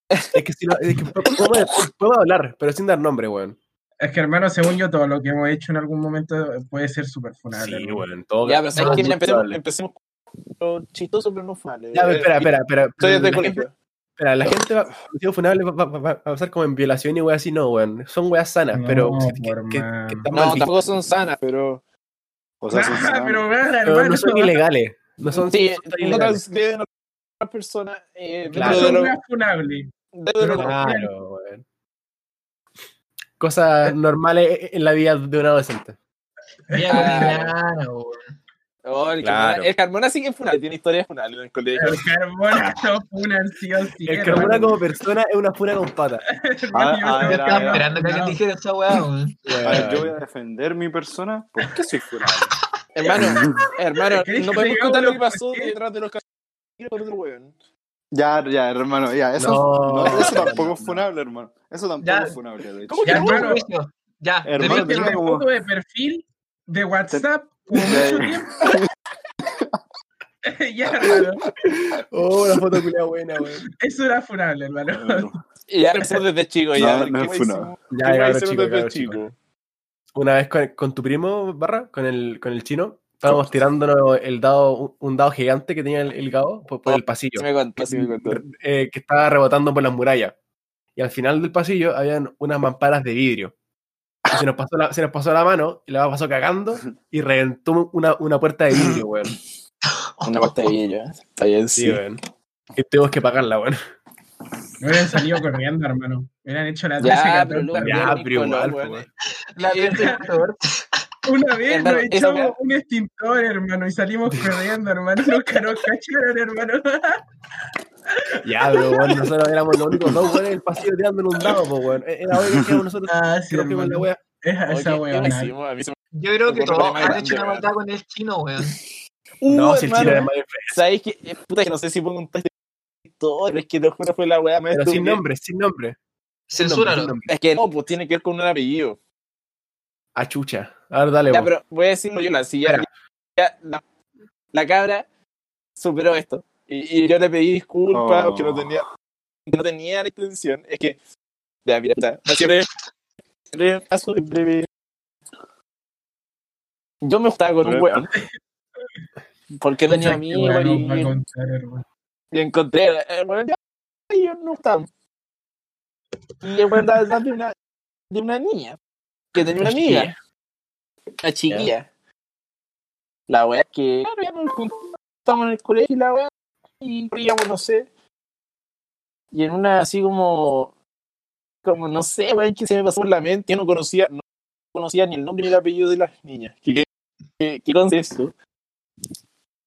Speaker 1: Es que, si no, es que podemos, podemos hablar, pero sin dar nombre, weón.
Speaker 4: Es que, hermano, según yo, todo lo que hemos hecho en algún momento puede ser súper funable.
Speaker 1: Sí,
Speaker 4: hermano.
Speaker 1: weón, todo
Speaker 2: Ya, pero sabes
Speaker 1: todo
Speaker 2: que mira, empecemos,
Speaker 1: funable.
Speaker 2: empecemos con lo chistoso, pero no funable.
Speaker 1: Ya, pero espera, espera, espera.
Speaker 2: Estoy desde el
Speaker 1: La gente-
Speaker 2: colegio.
Speaker 1: Espera, la gente va, digo, funable va, va- va- va a pasar como en violación y weas así, no, weón. Son weas sanas,
Speaker 4: No,
Speaker 1: pero
Speaker 4: po,
Speaker 1: que, que- que-
Speaker 4: hermano.
Speaker 1: que están mal
Speaker 2: No,
Speaker 1: vistas.
Speaker 2: tampoco son sanas, pero.
Speaker 5: O sea, son
Speaker 4: Ah,
Speaker 5: sanos.
Speaker 4: pero Barra,
Speaker 1: Pero
Speaker 4: hermano,
Speaker 1: no son ilegales. No son,
Speaker 2: Sí,
Speaker 1: son tan
Speaker 2: no
Speaker 1: ilegales.
Speaker 2: transgreden a otra persona. eh, dentro
Speaker 1: Claro.
Speaker 2: de
Speaker 4: son
Speaker 2: lo-
Speaker 4: weas funables.
Speaker 2: dentro de lo-
Speaker 4: no.
Speaker 1: Claro, weón. Cosas normales e, en la vida de un adolescente.
Speaker 3: Mira,
Speaker 2: Ah.
Speaker 3: claro, weón.
Speaker 2: Oh, el,
Speaker 1: Claro.
Speaker 2: Carmona, el Carmona sí que es funable, tiene historias funables en el colegio.
Speaker 4: El carbona no funa, sí o sí.
Speaker 1: El
Speaker 4: hermano.
Speaker 1: carbura como persona es una funa con pata.
Speaker 5: Ah, ah, era,
Speaker 3: Estaba
Speaker 5: era.
Speaker 3: esperando que alguien
Speaker 4: No.
Speaker 3: dijera esa weá, weón.
Speaker 5: A ver, yo voy a defender mi persona. Pues, ¿Por qué soy funado?
Speaker 2: Hermano, hermano,
Speaker 4: ¿Queréis
Speaker 2: no
Speaker 4: que
Speaker 2: podemos
Speaker 4: te
Speaker 2: contar lo que
Speaker 4: digamos
Speaker 2: pasó
Speaker 4: por qué?
Speaker 2: detrás de los caminos con otro weón.
Speaker 5: Ya, ya, hermano, ya. Eso,
Speaker 1: No.
Speaker 5: no, eso tampoco es funable, hermano. Eso tampoco
Speaker 3: Ya.
Speaker 5: es funable, de hecho.
Speaker 2: ¿Cómo que
Speaker 4: Ya,
Speaker 2: no,
Speaker 4: hermano.
Speaker 2: weón?
Speaker 3: Juicio. Ya,
Speaker 5: Hermano,
Speaker 3: debiste-
Speaker 4: Tuviste una
Speaker 5: tenía como-
Speaker 4: foto de perfil de WhatsApp por mucho tiempo. ya, hermano.
Speaker 1: Oh, la foto culia buena, weón.
Speaker 4: Eso era funable, hermano.
Speaker 2: Y ya empezó desde chico. Ya,
Speaker 5: No, no
Speaker 2: ¿qué
Speaker 5: es
Speaker 2: más
Speaker 5: funable.
Speaker 2: hicimos?
Speaker 1: Ya,
Speaker 2: ¿Qué más
Speaker 1: cabrón,
Speaker 2: hicimos
Speaker 1: chico,
Speaker 2: desde
Speaker 1: cabrón, chico. Una vez con, con tu primo, Barra, con el, con el chino, estábamos tirándonos el dado, un- un dado gigante que tenía el, el gabo por, por el pasillo.
Speaker 2: Ah, Sí me contó, sí me contó.
Speaker 1: eh, que estaba rebotando por las murallas. Y al final del pasillo habían unas mamparas de vidrio. Y se nos pasó la, se nos pasó la mano, y la pasó cagando y reventó una, una puerta de vidrio, weón.
Speaker 2: Una parte de ella. Está bien,
Speaker 1: Sí,
Speaker 2: sí.
Speaker 1: weón. Y tuvimos que pagarla, weón.
Speaker 4: No hubieran salido corriendo, hermano. Hubieran hecho la
Speaker 2: Ya,
Speaker 4: 13
Speaker 2: pero luego-
Speaker 4: también.
Speaker 1: Ya,
Speaker 2: Nicolás,
Speaker 1: pero igual,
Speaker 2: weón. eh.
Speaker 1: weón.
Speaker 3: la gente del color.
Speaker 4: Una vez
Speaker 2: Hermano,
Speaker 4: nos
Speaker 2: esa
Speaker 4: echamos
Speaker 2: weá-
Speaker 4: un extintor, hermano, y salimos corriendo, hermano. Nunca nos cacharon, hermano.
Speaker 1: Ya, pero weón, nosotros éramos los únicos dos, weón, en el pasillo tirando un dado, po, weón. Eh, Era obvio que éramos nosotros
Speaker 4: Ah,
Speaker 1: que rompimos la wea.
Speaker 4: Es a
Speaker 2: Oye,
Speaker 4: esa
Speaker 2: ¿qué
Speaker 4: weón.
Speaker 2: más hicimos? A mí se me-
Speaker 3: Yo creo que
Speaker 2: Por
Speaker 3: todos
Speaker 2: problema
Speaker 3: han
Speaker 2: grande,
Speaker 3: hecho una
Speaker 2: weón.
Speaker 3: maldad con el chino, weón.
Speaker 1: No,
Speaker 2: Uh,
Speaker 1: si el chino
Speaker 2: hermano,
Speaker 1: era más enfermo.
Speaker 2: ¿Sabes qué? Eh, Puta, que no sé si puedo contar esta historia, pero es que te juro fue la weá más
Speaker 1: Pero sin
Speaker 2: estúpida.
Speaker 1: nombre, sin nombre. sin nombre, sin
Speaker 3: Censúralo.
Speaker 1: nombre.
Speaker 2: Es que no, pues tiene que ver con un apellido.
Speaker 1: A chucha. A ver, dale,
Speaker 2: Ya,
Speaker 1: weón.
Speaker 2: pero voy a decirlo yo, la silla.
Speaker 1: Espera.
Speaker 2: ya, la, la cabra superó esto. Y, y yo le pedí disculpas,
Speaker 5: Oh.
Speaker 2: que no tenía, que no tenía la intención. Es que, ya, mira, puta, así breve, breve, paso en breve. Yo me gustaba con un
Speaker 5: Breve.
Speaker 2: weón. Porque tenía
Speaker 4: Qué
Speaker 2: amigo
Speaker 4: weá nos va a
Speaker 2: y,
Speaker 4: contar, hermano.
Speaker 2: y encontré, eh, weón, ya, y yo no gustaba. Y el weón estaba detrás de una, de una niña, que tenía una amiga. La chiquilla. La wea que. Claro, ya nos juntamos en el colegio y la wea. Y corríamos, no sé. Y en una así como. Como no sé, weón, que se me pasó por la mente. Yo no conocía, no conocía ni el nombre ni el apellido de las niñas. ¿Qué, qué, qué, qué conste eso?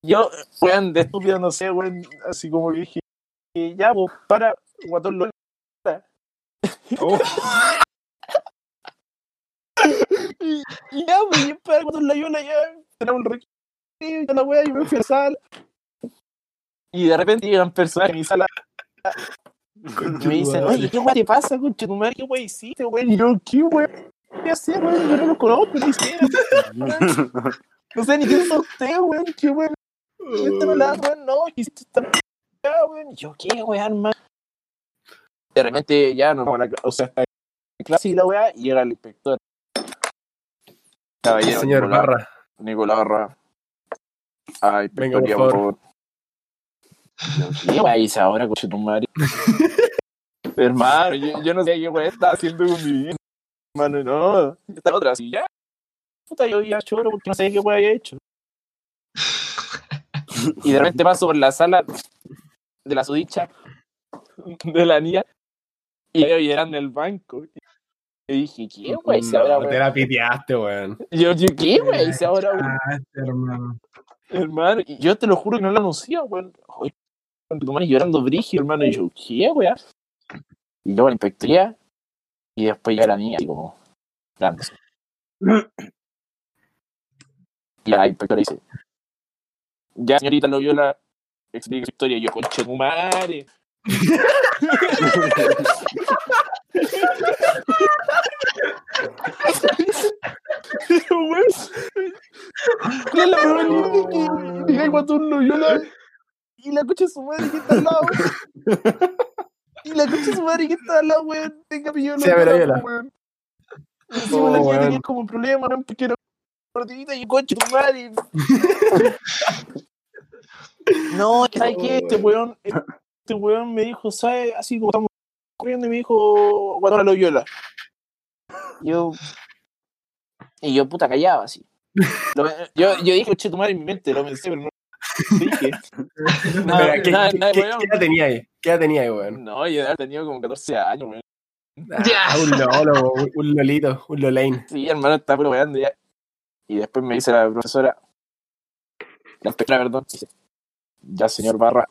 Speaker 2: Yo, weón, de estúpido, no sé, weón, así como que dije. que Ya, pues, para, guatón, lo.
Speaker 5: Oh,
Speaker 2: Y, y ya, pues, y para cuando la Yola ya tenemos un recreo, ya la wea, yo me fui a sala. Y de repente llegan personas a mi sala. Y me dicen, oye, ¿qué wea te pasa, conchetumare? ¿Qué wea hiciste, wey? Y yo, ¿qué wea voy a hacer, wey? Yo no los conozco, ni siquiera. No sé ni quién son ustedes, wey. ¿Qué wea? Este no la, wey, no, hiciste esta wea, wey. Y Yo, ¿qué wea, hermano? De repente ya no, la- o sea, está en clase y la wea, y llega el inspector. Caballero,
Speaker 1: Señor
Speaker 2: Nicolás-
Speaker 1: Barra.
Speaker 2: Nicolás Barra. Ay,
Speaker 1: Venga,
Speaker 2: Victoria,
Speaker 1: por
Speaker 2: por favor. Yo, ¿Qué wea hice ahora, coche tu madre? Hermano, yo, yo no sé qué wea estaba haciendo con mi vida. Hermano, no. Esta otra, así ya. Puta, yo ya choro porque no sé qué wea había hecho. y de repente paso por la sala de la sudicha de la niña y veo llorando en el banco. Y dije, ¿qué wea hice ahora,
Speaker 1: No, te
Speaker 2: wea?
Speaker 1: la piteaste, weón.
Speaker 2: Yo, yo, ¿qué wea hice ahora, wea?
Speaker 4: Ah, este hermano.
Speaker 2: Hermano, y yo te lo juro que no lo anunciaba, weón. Oye, tu madre llorando brígido, hermano. Y yo, ¿qué, weá? Y luego la inspectoría. Y después ya la niña, así como, grande. Y la inspectora dice, ya, señorita Loyola, explique su historia. Y yo, conche tu madre. Pero, weón, ¿Cuál es la probabilidad de que diga Guatún Loyola y la coche de su madre que está al lado? Y la coche de su madre ah, que está al lado, weón, tenga pillado
Speaker 1: Sea Loyola.
Speaker 2: weón. Y encima la
Speaker 1: Oh,
Speaker 2: niña tenía
Speaker 1: weón.
Speaker 2: como problema, no, porque era gordita y coche de su madre. No, ¿sabes qué?
Speaker 1: Oh,
Speaker 2: Este weón, este weón me dijo, ¿sabes? Así como estamos corriendo y me dijo, Guatón Loyola. Yo... Y yo, puta, callaba así. Lo- eh, yo, yo dije, che, tu madre en mi mente, lo pensé, pero no lo dije. No,
Speaker 1: Espera, ¿qué-
Speaker 2: nada,
Speaker 1: qué-
Speaker 2: nada,
Speaker 1: qué-
Speaker 2: weón.
Speaker 1: ¿Qué edad tenía ahí? ¿Qué edad tenía ahí, weón?
Speaker 2: No, yo había tenido como 14 años, weón.
Speaker 1: Ah,
Speaker 3: Ya.
Speaker 1: un lolo, un- un lolito, un lolain.
Speaker 2: Sí, hermano, estaba puro weando ya. Y después me dice la profesora, la inspectora, perdón, dice, ya, señor Barra,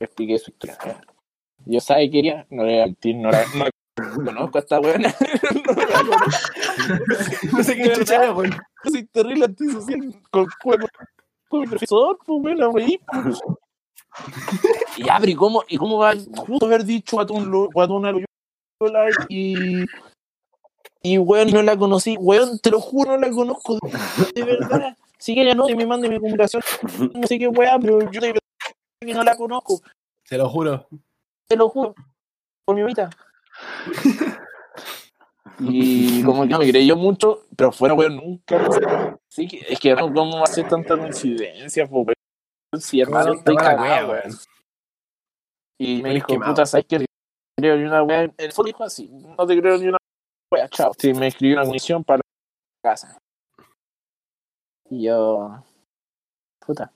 Speaker 2: expliqué su historia. Yo sabía que quería, no le voy a mentir, no la no la conozco a esta weona. no la conozco,
Speaker 1: No sé qué chucha, weón.
Speaker 2: soy terrible antisocial con cuerpo. Con mi profesor, pues, weón, la weí, pues. Y abre, ¿y cómo, y cómo va justo haber dicho a Lo, Guatón a Loyola y. Y weón, no la conocí, weón, te lo juro, no la conozco, de, de verdad. Si quiere, no, que me mande mi comunicación, no sé qué weá, pero yo de verdad que no la conozco,
Speaker 1: Se lo juro.
Speaker 2: Ah, te lo juro, por mi vida. Y como que no me creyó mucho, pero fuera weón, nunca. no sé. Sí, que- es que no, ¿cómo va a ser tanta coincidencia, po, weón? Si hermano,
Speaker 1: Puta
Speaker 2: estoy
Speaker 1: la
Speaker 2: cagado,
Speaker 1: wea,
Speaker 2: weón. Y me
Speaker 1: Estoy
Speaker 2: dijo,
Speaker 1: quemado.
Speaker 2: puta, ¿sabes qué? No te creo ni una wea. En el fondo dijo así, no te creo ni una wea, chao. Sí, me escribió una munición para la casa. Y yo, puta.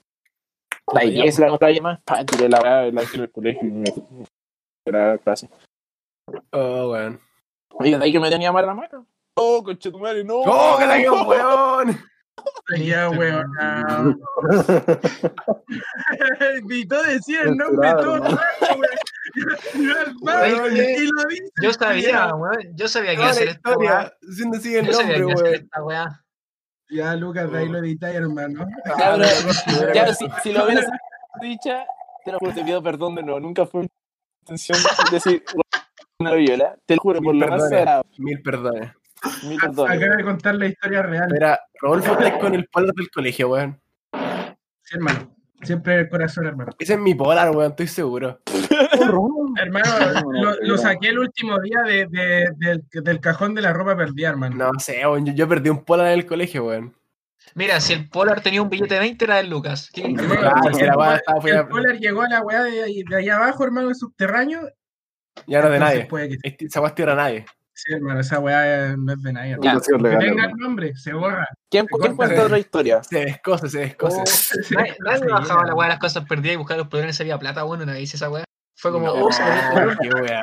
Speaker 2: La
Speaker 1: ya,
Speaker 2: iglesia la otra más, pa, tiré la wea, la del colegio y me fui a la clase.
Speaker 1: Oh, weón.
Speaker 2: Y de ahí que me tenía mal la mano. Oh, conchetumare, no.
Speaker 1: ¡Oh, que la guión, weón!
Speaker 4: Ya, weón. Evitó decir el nombre
Speaker 5: Censurado,
Speaker 4: todo.
Speaker 5: ¿no?
Speaker 4: weón. eh, Yo al paro,
Speaker 3: ¿Sabes qué?
Speaker 4: Y lo dije.
Speaker 3: Yo sabía, weón. Yo sabía que iba a
Speaker 1: Toda la
Speaker 3: hacer esta weá.
Speaker 1: historia, sin decir el
Speaker 3: Yo sabía que
Speaker 1: nombre,
Speaker 3: iba a hacer
Speaker 1: weón.
Speaker 3: esta weá.
Speaker 4: Ya, Lucas, de ahí lo edita, hermano.
Speaker 2: Ya, bro,
Speaker 1: Pero-
Speaker 2: ya, si, si lo hubieras dicha, te lo juro, te pido perdón de nuevo. Nunca fue mi intención decir una viola. Te lo juro, por lo más
Speaker 1: Perdona.
Speaker 2: sagrado.
Speaker 1: Mil perdones.
Speaker 2: Mil
Speaker 4: Acaba
Speaker 2: perdones.
Speaker 4: de contar la historia real.
Speaker 1: Espera, Rodolfo está con el polar del colegio, weón.
Speaker 4: Sí, hermano. Siempre el corazón, hermano.
Speaker 1: Ese es mi polar, weón, estoy seguro.
Speaker 4: Hermano,
Speaker 5: Bueno,
Speaker 4: lo,
Speaker 5: pero-
Speaker 4: lo saqué el último día de, de- del- del cajón de la ropa perdida, hermano.
Speaker 1: No sé, weón, yo, yo perdí un polar en el colegio, weón.
Speaker 3: Mira, si el Polar tenía un billete de 20, era el Lucas. ¿Qué-
Speaker 4: Sí,
Speaker 3: qué-
Speaker 4: bueno,
Speaker 1: Claro,
Speaker 4: el
Speaker 1: si la weá
Speaker 4: polar-
Speaker 1: estaba
Speaker 4: El
Speaker 1: fuera,
Speaker 4: polar llegó a la weá de, ahí- de allá abajo, hermano, el subterráneo.
Speaker 1: ya no es de
Speaker 4: Entonces pues,
Speaker 1: nadie.
Speaker 4: puede que-
Speaker 1: Este- Esa weá es tierra de nadie.
Speaker 4: Sí, hermano, esa weá eh, no es de nadie. hermano.
Speaker 2: Ya.
Speaker 5: No ha sido
Speaker 4: Que
Speaker 5: legal,
Speaker 4: tenga el
Speaker 5: hermano.
Speaker 4: nombre, se borra.
Speaker 2: ¿Quién, ¿quién cuenta otra historia?
Speaker 1: Se descoce, se descoce.
Speaker 3: Oh,
Speaker 2: Oh,
Speaker 3: Nadie nadie bajaba la weá de las cosas perdidas y buscaba los poderes en esa plata, bueno, una vez hice esa weá. Fue como,
Speaker 1: No,
Speaker 3: oh, se me dio un poder.
Speaker 1: qué weá.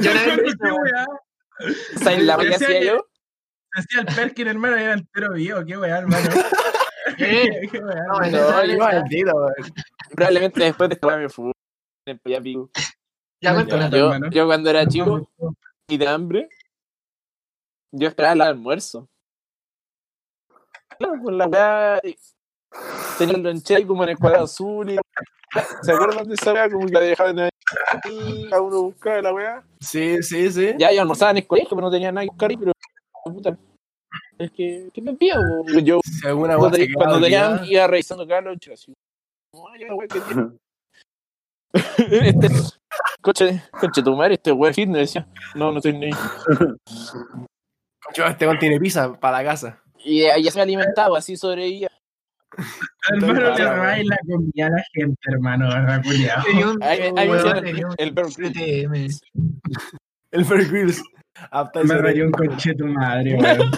Speaker 3: Yo una vez lo hice,
Speaker 4: Qué
Speaker 3: weón.
Speaker 4: weá.
Speaker 2: ¿Sabes la que hacía yo?
Speaker 4: Decía el Perkin, hermano, era el tero vivo. Qué weá, hermano.
Speaker 3: Eh,
Speaker 4: Qué weá.
Speaker 3: no, en
Speaker 2: No,
Speaker 3: esa-
Speaker 1: Qué maldito, weón.
Speaker 2: Probablemente después de esta weá me fui. Ya pico.
Speaker 3: Ya
Speaker 4: no,
Speaker 3: cuéntala.
Speaker 4: no,
Speaker 2: Yo,
Speaker 4: hermano.
Speaker 2: yo cuando era chico y de hambre, Yo esperaba el almuerzo. Claro, con la weá. y- Tenía el lonche como en el cuadrado azul. Y... ¿Se acuerdan de esa weá? Como que la dejaban ahí. Cada uno buscaba la weá.
Speaker 1: Sí, sí, sí.
Speaker 2: Ya yo almorzaba en el colegio, pero no tenía nada que buscar. Pero. Puta. Es que. ¿Qué me pía, weón? Yo
Speaker 1: Si alguna
Speaker 2: Ah, cuando, tenía-
Speaker 1: weá se quedaba
Speaker 2: cuando tenía
Speaker 1: olvidada,
Speaker 2: hambre, iba revisando cada lonche. Así. No, ya, weá, que este, coche, coche tu madre, este weón fitness decía, no, no estoy ni.
Speaker 1: "Concho, este weón tiene pizza para la casa.
Speaker 2: Y ahí se me alimentaba, así sobrevivía.
Speaker 4: Hermano, le
Speaker 2: Claro,
Speaker 4: robáis la comida a la gente, hermano, barra culiao.
Speaker 2: Ahí, ahí me
Speaker 3: Weón,
Speaker 2: hicieron
Speaker 3: tenía
Speaker 2: el,
Speaker 3: un
Speaker 2: el Bear Grylls.
Speaker 3: TM.
Speaker 1: El Bear Grylls. Apta
Speaker 4: Me
Speaker 1: ese
Speaker 4: rayó un
Speaker 1: rey.
Speaker 4: coche tu madre, weón.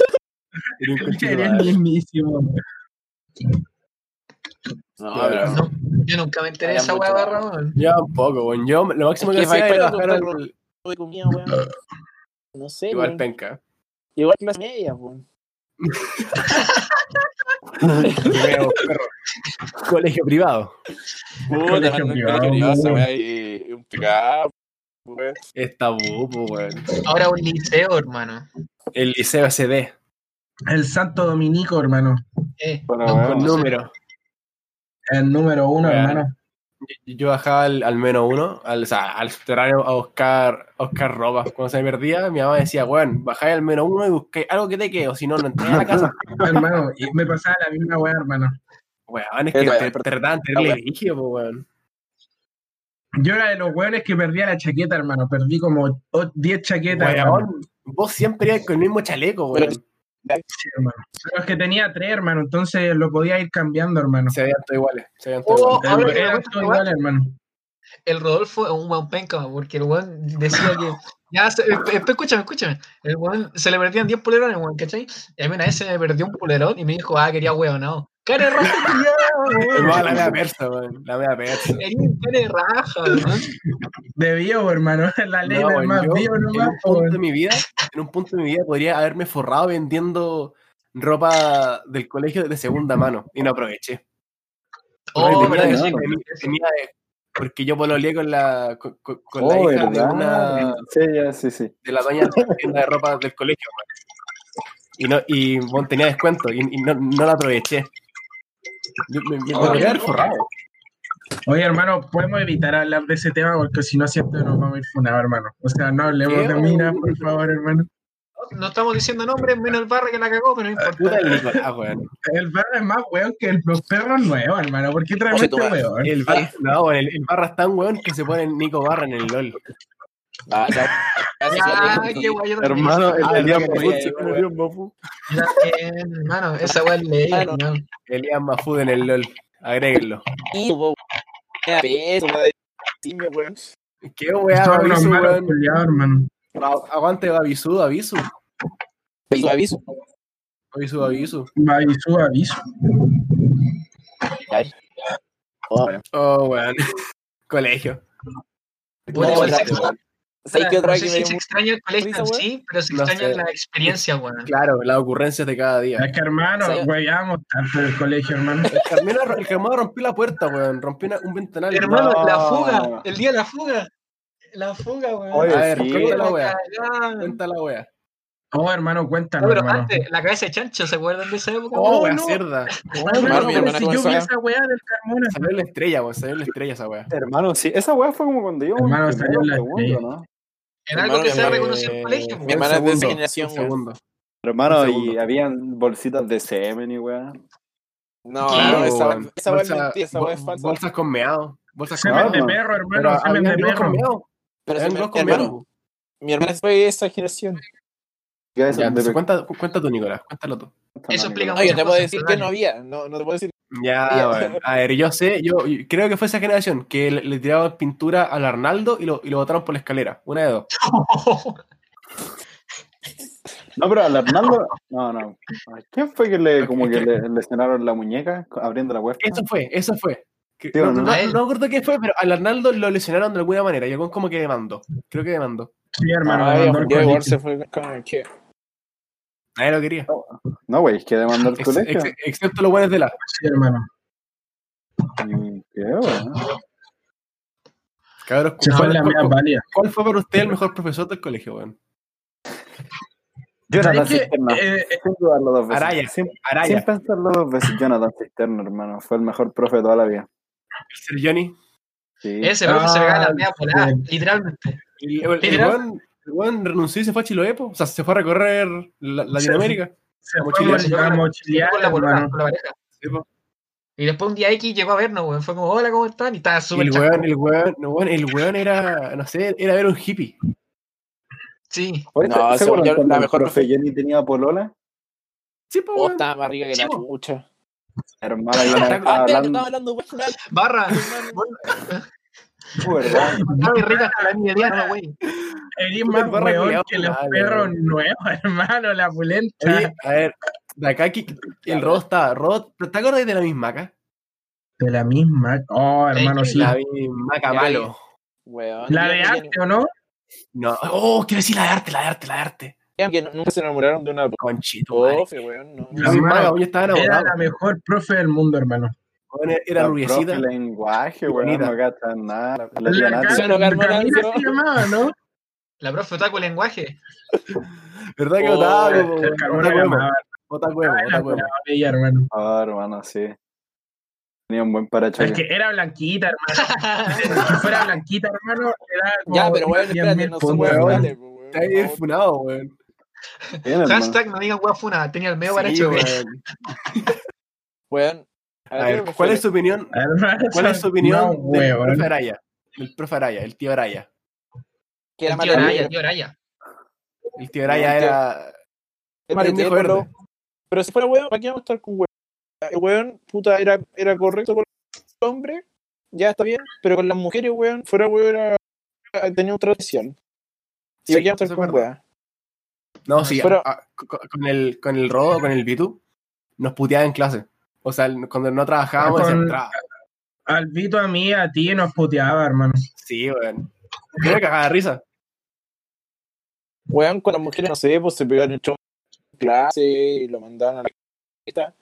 Speaker 1: Era un conchito
Speaker 4: Eres
Speaker 1: madre.
Speaker 4: mismísimo.
Speaker 2: No,
Speaker 1: Claro.
Speaker 2: pero-
Speaker 3: No, yo nunca me enteré de
Speaker 2: Era
Speaker 3: esa
Speaker 2: mucho
Speaker 3: weá,
Speaker 2: barro.
Speaker 3: barra, weón.
Speaker 1: Yo tampoco, weón. Yo lo máximo
Speaker 2: Es
Speaker 1: que,
Speaker 2: que vais
Speaker 1: hacía era
Speaker 2: perdiendo
Speaker 1: bajar
Speaker 2: un
Speaker 1: al
Speaker 2: de comida, weón. No sé,
Speaker 1: igual
Speaker 2: weón.
Speaker 1: penca.
Speaker 2: Igual clase media, weón.
Speaker 1: Primero, perro. Colegio privado.
Speaker 2: Puta,
Speaker 4: colegio
Speaker 2: no,
Speaker 4: privado,
Speaker 2: colegio privado, esa
Speaker 4: weón.
Speaker 2: weá, y- y un picado, weón.
Speaker 1: Es tabú, po, pues, weón.
Speaker 3: Ahora un liceo, hermano.
Speaker 1: El liceo SD.
Speaker 4: El santo dominico, hermano.
Speaker 3: Eh,
Speaker 5: Para
Speaker 3: no,
Speaker 5: weón.
Speaker 1: Con
Speaker 3: no sé.
Speaker 1: número.
Speaker 4: El número uno,
Speaker 1: Weón.
Speaker 4: hermano.
Speaker 1: Yo- Yo bajaba al, al menos uno, al, o sea, al subterráneo a buscar, a buscar ropa. Cuando se me perdía, mi mamá decía, weón, bajáis al menos uno y busqué algo que te quede, o si no, no entré a la casa.
Speaker 4: hermano, y me pasaba la misma weá, hermano.
Speaker 1: Weón, es que
Speaker 2: Pero,
Speaker 1: te, te trataban de tenerle vigio, po, weón.
Speaker 4: Yo era de los weones que perdía la chaqueta, hermano. Perdí como o- 10 chaquetas, hermano.
Speaker 1: Weón, vos siempre ibas con el mismo chaleco, weón.
Speaker 4: Sí, hermano. Pero es que tenía tres, hermano. Entonces lo podía ir cambiando, hermano.
Speaker 1: Se veían todos iguales. Se veían
Speaker 3: Oh,
Speaker 1: todos iguales.
Speaker 3: ahora que me
Speaker 4: Era
Speaker 3: cuentas,
Speaker 4: todo
Speaker 3: weón,
Speaker 4: igual, hermano.
Speaker 3: el Rodolfo es un weón penca, porque el weón decía que. Ya, se- esp- esp- escúchame, escúchame. El weón se le perdían 10 polerones, weón, ¿cachai? Y a mí una vez se me perdió un polerón y me dijo, ah, quería weón, no. Cara de raja,
Speaker 4: Oh.
Speaker 3: culiao,
Speaker 1: Hermano,
Speaker 3: weón.
Speaker 1: la mea persa, weón. La mea persa.
Speaker 3: Quería un cara de raja, weón.
Speaker 4: De vivo, hermano. La ley
Speaker 1: No,
Speaker 4: del
Speaker 1: weón,
Speaker 4: más
Speaker 1: yo,
Speaker 4: vivo,
Speaker 1: en
Speaker 4: nomás. pues.
Speaker 1: un
Speaker 4: po,
Speaker 1: punto de
Speaker 4: weón.
Speaker 1: mi vida, en un punto de mi vida podría haberme forrado vendiendo ropa del colegio de segunda mano y no aproveché.
Speaker 3: Oh,
Speaker 1: Porque
Speaker 5: verdad
Speaker 1: tenía-
Speaker 5: que sí,
Speaker 1: tenía- tenía de- porque yo pololeé con la con, con- con la
Speaker 5: Oh,
Speaker 1: hija de
Speaker 5: ¿verdad?
Speaker 1: una
Speaker 5: Sí, ya, sí, sí.
Speaker 1: de la dueña de la tienda de ropa del colegio. weón. Y no y bueno, tenía descuento y, y no, no la aproveché. Yo- Me, me- me
Speaker 4: Oh,
Speaker 1: podría
Speaker 4: qué
Speaker 1: haber forrado.
Speaker 4: Oye, hermano, podemos evitar hablar de ese tema porque si no, siento que nos vamos a ir funados, hermano. O sea, no hablemos
Speaker 1: ¿Qué?
Speaker 4: de mina, por favor, hermano.
Speaker 3: No estamos diciendo nombres, menos el barra que la cagó, pero no importa.
Speaker 1: Puta el Nicolás, weón.
Speaker 4: El perro es más weón que el- los perros nuevos, hermano. ¿Por qué traemos
Speaker 2: Oye,
Speaker 4: este
Speaker 2: tú vas.
Speaker 4: weón?
Speaker 1: El, bar- no, weón, el, el barra es tan weón que se pone Nico Barra en el LOL.
Speaker 2: Ah, ya. Ya se
Speaker 3: Ah,
Speaker 2: suele-
Speaker 3: qué guay, yo también.
Speaker 5: Hermano,
Speaker 1: Ah,
Speaker 5: el día
Speaker 1: no,
Speaker 5: Mafu,
Speaker 1: weón.
Speaker 5: el Elías Mafu.
Speaker 3: Ya, eh, Hermano, esa weá es ley,
Speaker 2: Claro.
Speaker 3: hermano.
Speaker 1: Elías Mafud en el LOL. Agréguenlo.
Speaker 2: Sí, po, weón. Peso, weón. Sí, mi weón.
Speaker 1: ¿Qué weá,
Speaker 4: Son unos
Speaker 1: Babisu,
Speaker 4: malos
Speaker 1: weón?
Speaker 4: culiados, hermano.
Speaker 1: Agu- Aguante Babisu, Avisu.
Speaker 2: Peso, aviso.
Speaker 1: Babisu, Avisu.
Speaker 4: Va y su aviso.
Speaker 2: Oh,
Speaker 1: Oh, weón. Colegio.
Speaker 3: Puta,
Speaker 2: No,
Speaker 3: igual
Speaker 2: ya,
Speaker 3: se
Speaker 2: po,
Speaker 3: extraña-
Speaker 2: weón. ¿Sabes qué otra
Speaker 3: no
Speaker 2: vez
Speaker 3: sé
Speaker 2: que me
Speaker 3: si
Speaker 2: dio
Speaker 3: se
Speaker 2: mucho?
Speaker 3: extraña el colegio
Speaker 2: risa,
Speaker 3: en
Speaker 2: weón?
Speaker 3: sí, pero se
Speaker 1: No
Speaker 3: extraña
Speaker 1: sé.
Speaker 3: la experiencia, weón.
Speaker 1: Claro, las ocurrencias de cada día.
Speaker 4: Es que, hermano,
Speaker 2: Sí.
Speaker 4: weyamos tanto el colegio, hermano.
Speaker 1: El Carmelo, el Carmelo rompió la puerta, weón. Rompió una- un ventanal.
Speaker 3: Hermano,
Speaker 5: No.
Speaker 3: la fuga, el día de la fuga. La fuga, weón.
Speaker 5: Oye,
Speaker 1: A ver,
Speaker 5: sí.
Speaker 1: cuenta la
Speaker 3: La
Speaker 1: weá.
Speaker 3: cagada.
Speaker 1: Cuenta la weá.
Speaker 4: Oh, hermano,
Speaker 3: No,
Speaker 4: cuéntame,
Speaker 3: pero
Speaker 4: hermano.
Speaker 3: antes, la cabeza de chancho, ¿se acuerdan de esa época?
Speaker 1: Oh,
Speaker 4: No,
Speaker 1: weá,
Speaker 4: no.
Speaker 1: cerda.
Speaker 4: Oh,
Speaker 2: mi
Speaker 4: hermano, pero
Speaker 2: hermana
Speaker 4: si yo
Speaker 2: comenzaba.
Speaker 4: vi esa weá del Carmona.
Speaker 1: Salió la estrella, weón. Salió la estrella esa weá.
Speaker 5: Hermano, sí, esa weá fue como cuando íbamos
Speaker 4: Hermano,
Speaker 5: en
Speaker 4: salió la
Speaker 5: segundo, ¿no?
Speaker 3: Era algo
Speaker 2: hermano,
Speaker 3: que
Speaker 2: mi
Speaker 3: se
Speaker 2: hermano,
Speaker 3: reconoció en el colegio.
Speaker 1: Fue
Speaker 2: Mi
Speaker 1: un
Speaker 3: weón.
Speaker 2: hermana es de esa
Speaker 1: segundo,
Speaker 2: generación,
Speaker 1: un
Speaker 2: weón.
Speaker 1: segundo.
Speaker 5: Hermano,
Speaker 1: Un
Speaker 5: y
Speaker 1: segundo.
Speaker 5: habían bolsitas de semen y weá.
Speaker 2: No, no,
Speaker 1: Claro,
Speaker 2: Ah, esa weón-
Speaker 1: weón.
Speaker 2: esa weón es
Speaker 1: Bolsa-
Speaker 2: mentira, esa weón es
Speaker 1: bol-
Speaker 2: falsa.
Speaker 1: Bolsas con meado. Bolsas con
Speaker 5: Claro,
Speaker 4: Semen
Speaker 1: meado.
Speaker 4: de
Speaker 5: hermano.
Speaker 4: perro,
Speaker 1: Pero
Speaker 4: hermano, semen
Speaker 1: había
Speaker 4: de
Speaker 1: amigos con
Speaker 4: perro.
Speaker 1: meado.
Speaker 2: Pero
Speaker 1: Eran
Speaker 2: si mi-
Speaker 1: dos
Speaker 2: mi
Speaker 1: con
Speaker 2: hermano,
Speaker 1: meado.
Speaker 2: mi hermana fue de esa generación.
Speaker 5: Ya, eso
Speaker 1: Ya,
Speaker 5: es de
Speaker 1: entonces cuenta, cu- cuenta tú, Nicolás. Cuéntalo tú.
Speaker 5: cuenta,
Speaker 3: eso
Speaker 5: no,
Speaker 3: explica
Speaker 2: No, yo te
Speaker 3: muchas
Speaker 2: puedo
Speaker 3: cosas,
Speaker 2: decir
Speaker 3: pero
Speaker 2: que
Speaker 3: dale.
Speaker 2: no había. No, no te puedo decir.
Speaker 1: Ya,
Speaker 2: Ya.
Speaker 1: bueno. A ver, yo sé, yo yo creo que fue esa generación que le, le tiraban pintura al Arnaldo y lo, y lo botaron por la escalera. Una de dos.
Speaker 5: No, pero al Arnaldo. No, no. ¿A ¿Quién fue que le, como que le lesionaron la muñeca abriendo la puerta?
Speaker 1: Eso fue, eso fue. Que-
Speaker 5: Sí,
Speaker 1: no,
Speaker 5: ¿o no?
Speaker 1: no-
Speaker 3: A él.
Speaker 1: no me acuerdo qué fue, pero al Arnaldo lo lesionaron de alguna manera. Y algún como que demandó. Creo que demandó.
Speaker 4: Sí, hermano,
Speaker 2: Ah,
Speaker 4: mandó al
Speaker 2: Diego igual
Speaker 4: colegio.
Speaker 2: se fue con el que.
Speaker 1: Nadie lo quería.
Speaker 5: No, güey, es que demandó el
Speaker 1: Ex-
Speaker 5: colegio.
Speaker 1: ex- excepto los buenos de la.
Speaker 4: Sí, hermano.
Speaker 5: Mm, ¿Qué, weá?
Speaker 1: Cabros,
Speaker 4: Se fue
Speaker 1: ¿cuál,
Speaker 4: la
Speaker 1: cuál-
Speaker 4: mía válida.
Speaker 1: cuál fue para usted el mejor profesor del colegio, weón?
Speaker 5: Jonathan
Speaker 4: ¿Sabes qué?
Speaker 5: Cisterna.
Speaker 4: Eh, eh,
Speaker 5: Sin dudarlo dos veces.
Speaker 1: Araya,
Speaker 5: Sin, sin
Speaker 1: Araya.
Speaker 5: pensarlo dos veces, Jonathan Cisterna, hermano. Fue el mejor profe de toda la vida.
Speaker 1: Ser Johnny.
Speaker 5: Sí.
Speaker 3: Ese profe se
Speaker 4: Ah,
Speaker 3: gana la media polada,
Speaker 4: bien.
Speaker 3: literalmente.
Speaker 1: El, el, el
Speaker 3: Literal.
Speaker 1: weón- el weón renunció y se fue a Chiloé, po. o sea, se fue a recorrer la- Latinoamérica.
Speaker 4: se fue
Speaker 1: mochilear.
Speaker 4: con la mochilear,
Speaker 3: Con la polola,
Speaker 4: hermano.
Speaker 3: con la pareja.
Speaker 1: Sí, po.
Speaker 3: Y después un día X llegó a vernos, weón. Fue como, hola, ¿cómo están? Y estaba
Speaker 1: Y
Speaker 3: súper
Speaker 1: el
Speaker 3: chasco.
Speaker 1: weón, el weón, no, weón, el weón era, no sé, era ver un hippie.
Speaker 3: Sí.
Speaker 5: Oye,
Speaker 2: No,
Speaker 5: ¿se-
Speaker 2: se
Speaker 5: se acuerdan
Speaker 2: volvió
Speaker 5: cuando
Speaker 2: la
Speaker 5: el
Speaker 2: mejor
Speaker 5: profe Jenny tenía polola?
Speaker 1: Sí, po,
Speaker 2: Oh,
Speaker 1: weón.
Speaker 2: estaba más rica que la
Speaker 3: Chivo.
Speaker 2: chucha.
Speaker 5: Hermana, yo no estaba
Speaker 2: Ah, espérate,
Speaker 5: hablando.
Speaker 2: estaba hablando, weón.
Speaker 3: Barra.
Speaker 5: Uh, ¿verdad?
Speaker 3: Estaba rica hasta la media diana, güey.
Speaker 4: Eres más
Speaker 1: Barra
Speaker 4: weón
Speaker 1: culiao,
Speaker 4: que los
Speaker 1: madre,
Speaker 4: perros
Speaker 1: weón.
Speaker 4: nuevos, hermano, la pulenta.
Speaker 1: Oye, a ver, de acá aquí, el Rod está, Rod, ¿te acuerdas de la mismaca?
Speaker 4: De la misma. Oh, hermano,
Speaker 3: Sí,
Speaker 4: sí.
Speaker 1: La
Speaker 4: La,
Speaker 2: Ya,
Speaker 1: mismaca malo.
Speaker 2: Weón,
Speaker 4: de
Speaker 2: dígame que-
Speaker 4: arte, ¿o no?
Speaker 1: No, oh, quiero decir la de arte, la de arte, la de arte.
Speaker 2: dígame que nunca se enamoraron de una
Speaker 1: Conchito, madre.
Speaker 2: profe, weón. No.
Speaker 1: La mismaca, yo estaba
Speaker 4: Era
Speaker 1: enamorado.
Speaker 4: la mejor profe del mundo, hermano.
Speaker 1: Weón, Era
Speaker 5: La
Speaker 1: rubiecita.
Speaker 5: profe lenguaje, weón.
Speaker 1: Bonita.
Speaker 5: No gata nada. La,
Speaker 4: La
Speaker 5: tía
Speaker 4: Cam-
Speaker 5: Nati.
Speaker 2: Se lo ganó
Speaker 4: Camila
Speaker 2: Nancio.
Speaker 4: se llamaba, ¿no?
Speaker 3: La profe Otaku Lenguaje.
Speaker 1: ¿Verdad que
Speaker 2: Oh,
Speaker 1: Otaku? po,
Speaker 4: El
Speaker 1: weón?
Speaker 4: Camila se
Speaker 1: Otaku emo,
Speaker 4: llamaba.
Speaker 1: Otaku emo,
Speaker 4: Era
Speaker 1: Otaku emo.
Speaker 4: ella, hermano.
Speaker 5: Ah, hermano, sí. Tenía un buen
Speaker 4: Es
Speaker 5: parachoque.
Speaker 4: que era blanquita, hermano. Si fuera blanquita, hermano, era como
Speaker 2: Ya, pero weón,
Speaker 4: 10.000
Speaker 2: espérate, no son pues,
Speaker 4: puntos,
Speaker 1: weón.
Speaker 2: weón. weón.
Speaker 1: Está bien funado, weón.
Speaker 5: Bien, hermano.
Speaker 3: Hashtag no digan guafuna. Tenía el medio para
Speaker 1: Sí,
Speaker 3: hecho, güey.
Speaker 1: weón.
Speaker 2: Weón.
Speaker 1: A ver, ¿cuál es su opinión
Speaker 4: Hermano,
Speaker 1: ¿Cuál es su
Speaker 4: son-
Speaker 1: opinión
Speaker 4: No,
Speaker 1: del
Speaker 4: weón.
Speaker 1: profe Araya? El profe Araya, el tío Araya.
Speaker 2: Que era
Speaker 3: El tío Araya,
Speaker 2: maletero.
Speaker 3: el tío Araya.
Speaker 1: El tío Araya
Speaker 2: No, el tío- Es
Speaker 1: era. Era un viejo
Speaker 2: maletero,
Speaker 1: verde.
Speaker 2: bro. Pero si fuera weón, ¿para qué vamos a estar con weón? El weón, puta, era, era correcto con el hombre, ya está bien, pero con las mujeres, weón, fuera weón, era, tenía otra decisión. Y
Speaker 1: Sí,
Speaker 2: aquí vamos a
Speaker 1: eso
Speaker 2: estar
Speaker 1: es
Speaker 2: con
Speaker 1: verdad.
Speaker 2: weón.
Speaker 1: No, sí,
Speaker 2: Pero-
Speaker 1: a- a- co- con, el, con el Rodo, con el Vitu, nos puteaba en clase. O sea, el- cuando no trabajábamos,
Speaker 4: Con-
Speaker 1: decían, "Tra-
Speaker 4: Al Vito, a mí, a ti, nos puteaba, hermano.
Speaker 1: Sí, weón. Yo me cagaba de risa.
Speaker 2: Weón, con las mujeres, no sé, pues se pegaron el show en clase y lo mandaban a la cajeta.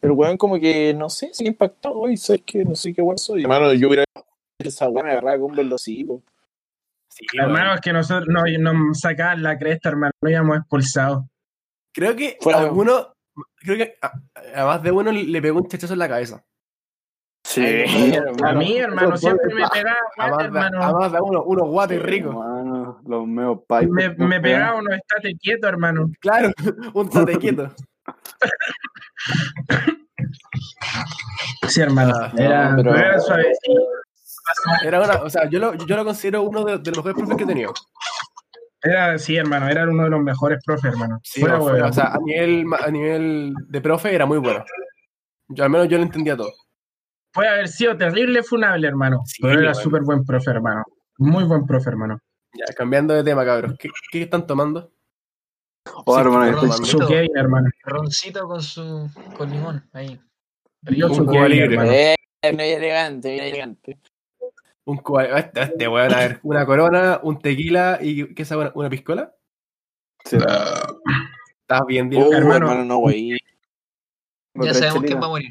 Speaker 2: Pero weón, como que, no sé, se impactó, hoy, ¿sabes qué? No sé qué weón soy. Hermano, yo hubiera esa weón, me agarraba con velocito.
Speaker 1: Sí,
Speaker 4: Hermano,
Speaker 1: weón.
Speaker 4: es que nosotros no- nos sacaban la cresta, hermano. Nos íbamos expulsados.
Speaker 1: Creo que
Speaker 2: Fuera, weón.
Speaker 1: alguno. Creo que a, a más de uno le pegó un chachazo en la cabeza.
Speaker 5: Sí,
Speaker 4: A
Speaker 5: hermano.
Speaker 4: mí, hermano,
Speaker 5: Esos
Speaker 4: siempre me
Speaker 5: goles,
Speaker 4: pegaba,
Speaker 1: A más de, a
Speaker 4: hermano.
Speaker 1: más de uno, unos guates ricos.
Speaker 5: Hermano, los meos
Speaker 4: Me,
Speaker 5: pipes.
Speaker 4: me pegaba uno, estate quieto, hermano.
Speaker 1: Claro, un tatequito.
Speaker 4: Sí, hermano.
Speaker 1: Ah,
Speaker 4: Era,
Speaker 2: no, pero-
Speaker 4: era suavecito.
Speaker 1: Era una, o sea, yo lo, yo lo considero uno de, de los mejores profes que he tenido.
Speaker 4: Era, sí, hermano, era uno de los mejores profes, hermano.
Speaker 1: Sí,
Speaker 4: Fuera,
Speaker 1: no, fuera,
Speaker 4: weón.
Speaker 1: o sea, a nivel, ma- a nivel de profe era muy bueno. Yo, al menos yo lo entendía todo.
Speaker 4: Puede haber sido terrible funable, hermano.
Speaker 1: Sí,
Speaker 4: pero era
Speaker 1: weón.
Speaker 4: súper buen profe, hermano. Muy buen profe, hermano.
Speaker 1: Ya, cambiando de tema, cabros. ¿Qué, qué están tomando?
Speaker 5: Oh, hermano, yo estoy-
Speaker 1: Tomando.
Speaker 4: Su Kevin, hermano.
Speaker 3: Roncito con su. con limón. Ahí.
Speaker 4: Yo
Speaker 1: Un
Speaker 4: su
Speaker 1: Cuba
Speaker 4: Kevin,
Speaker 1: Libre.
Speaker 4: hermano.
Speaker 2: Eh, bien elegante, bien elegante.
Speaker 1: Un cuba- este, este weón, a ver, una corona, un tequila y ¿qué es esa? una, una piscola.
Speaker 5: Sí, hermano,
Speaker 1: Estás bien,
Speaker 5: Oh.
Speaker 1: Diego.
Speaker 2: Uh,
Speaker 4: hermano.
Speaker 2: hermano, no, wey.
Speaker 3: Ya
Speaker 5: tres
Speaker 3: sabemos quién
Speaker 5: chelitas.
Speaker 3: va a morir.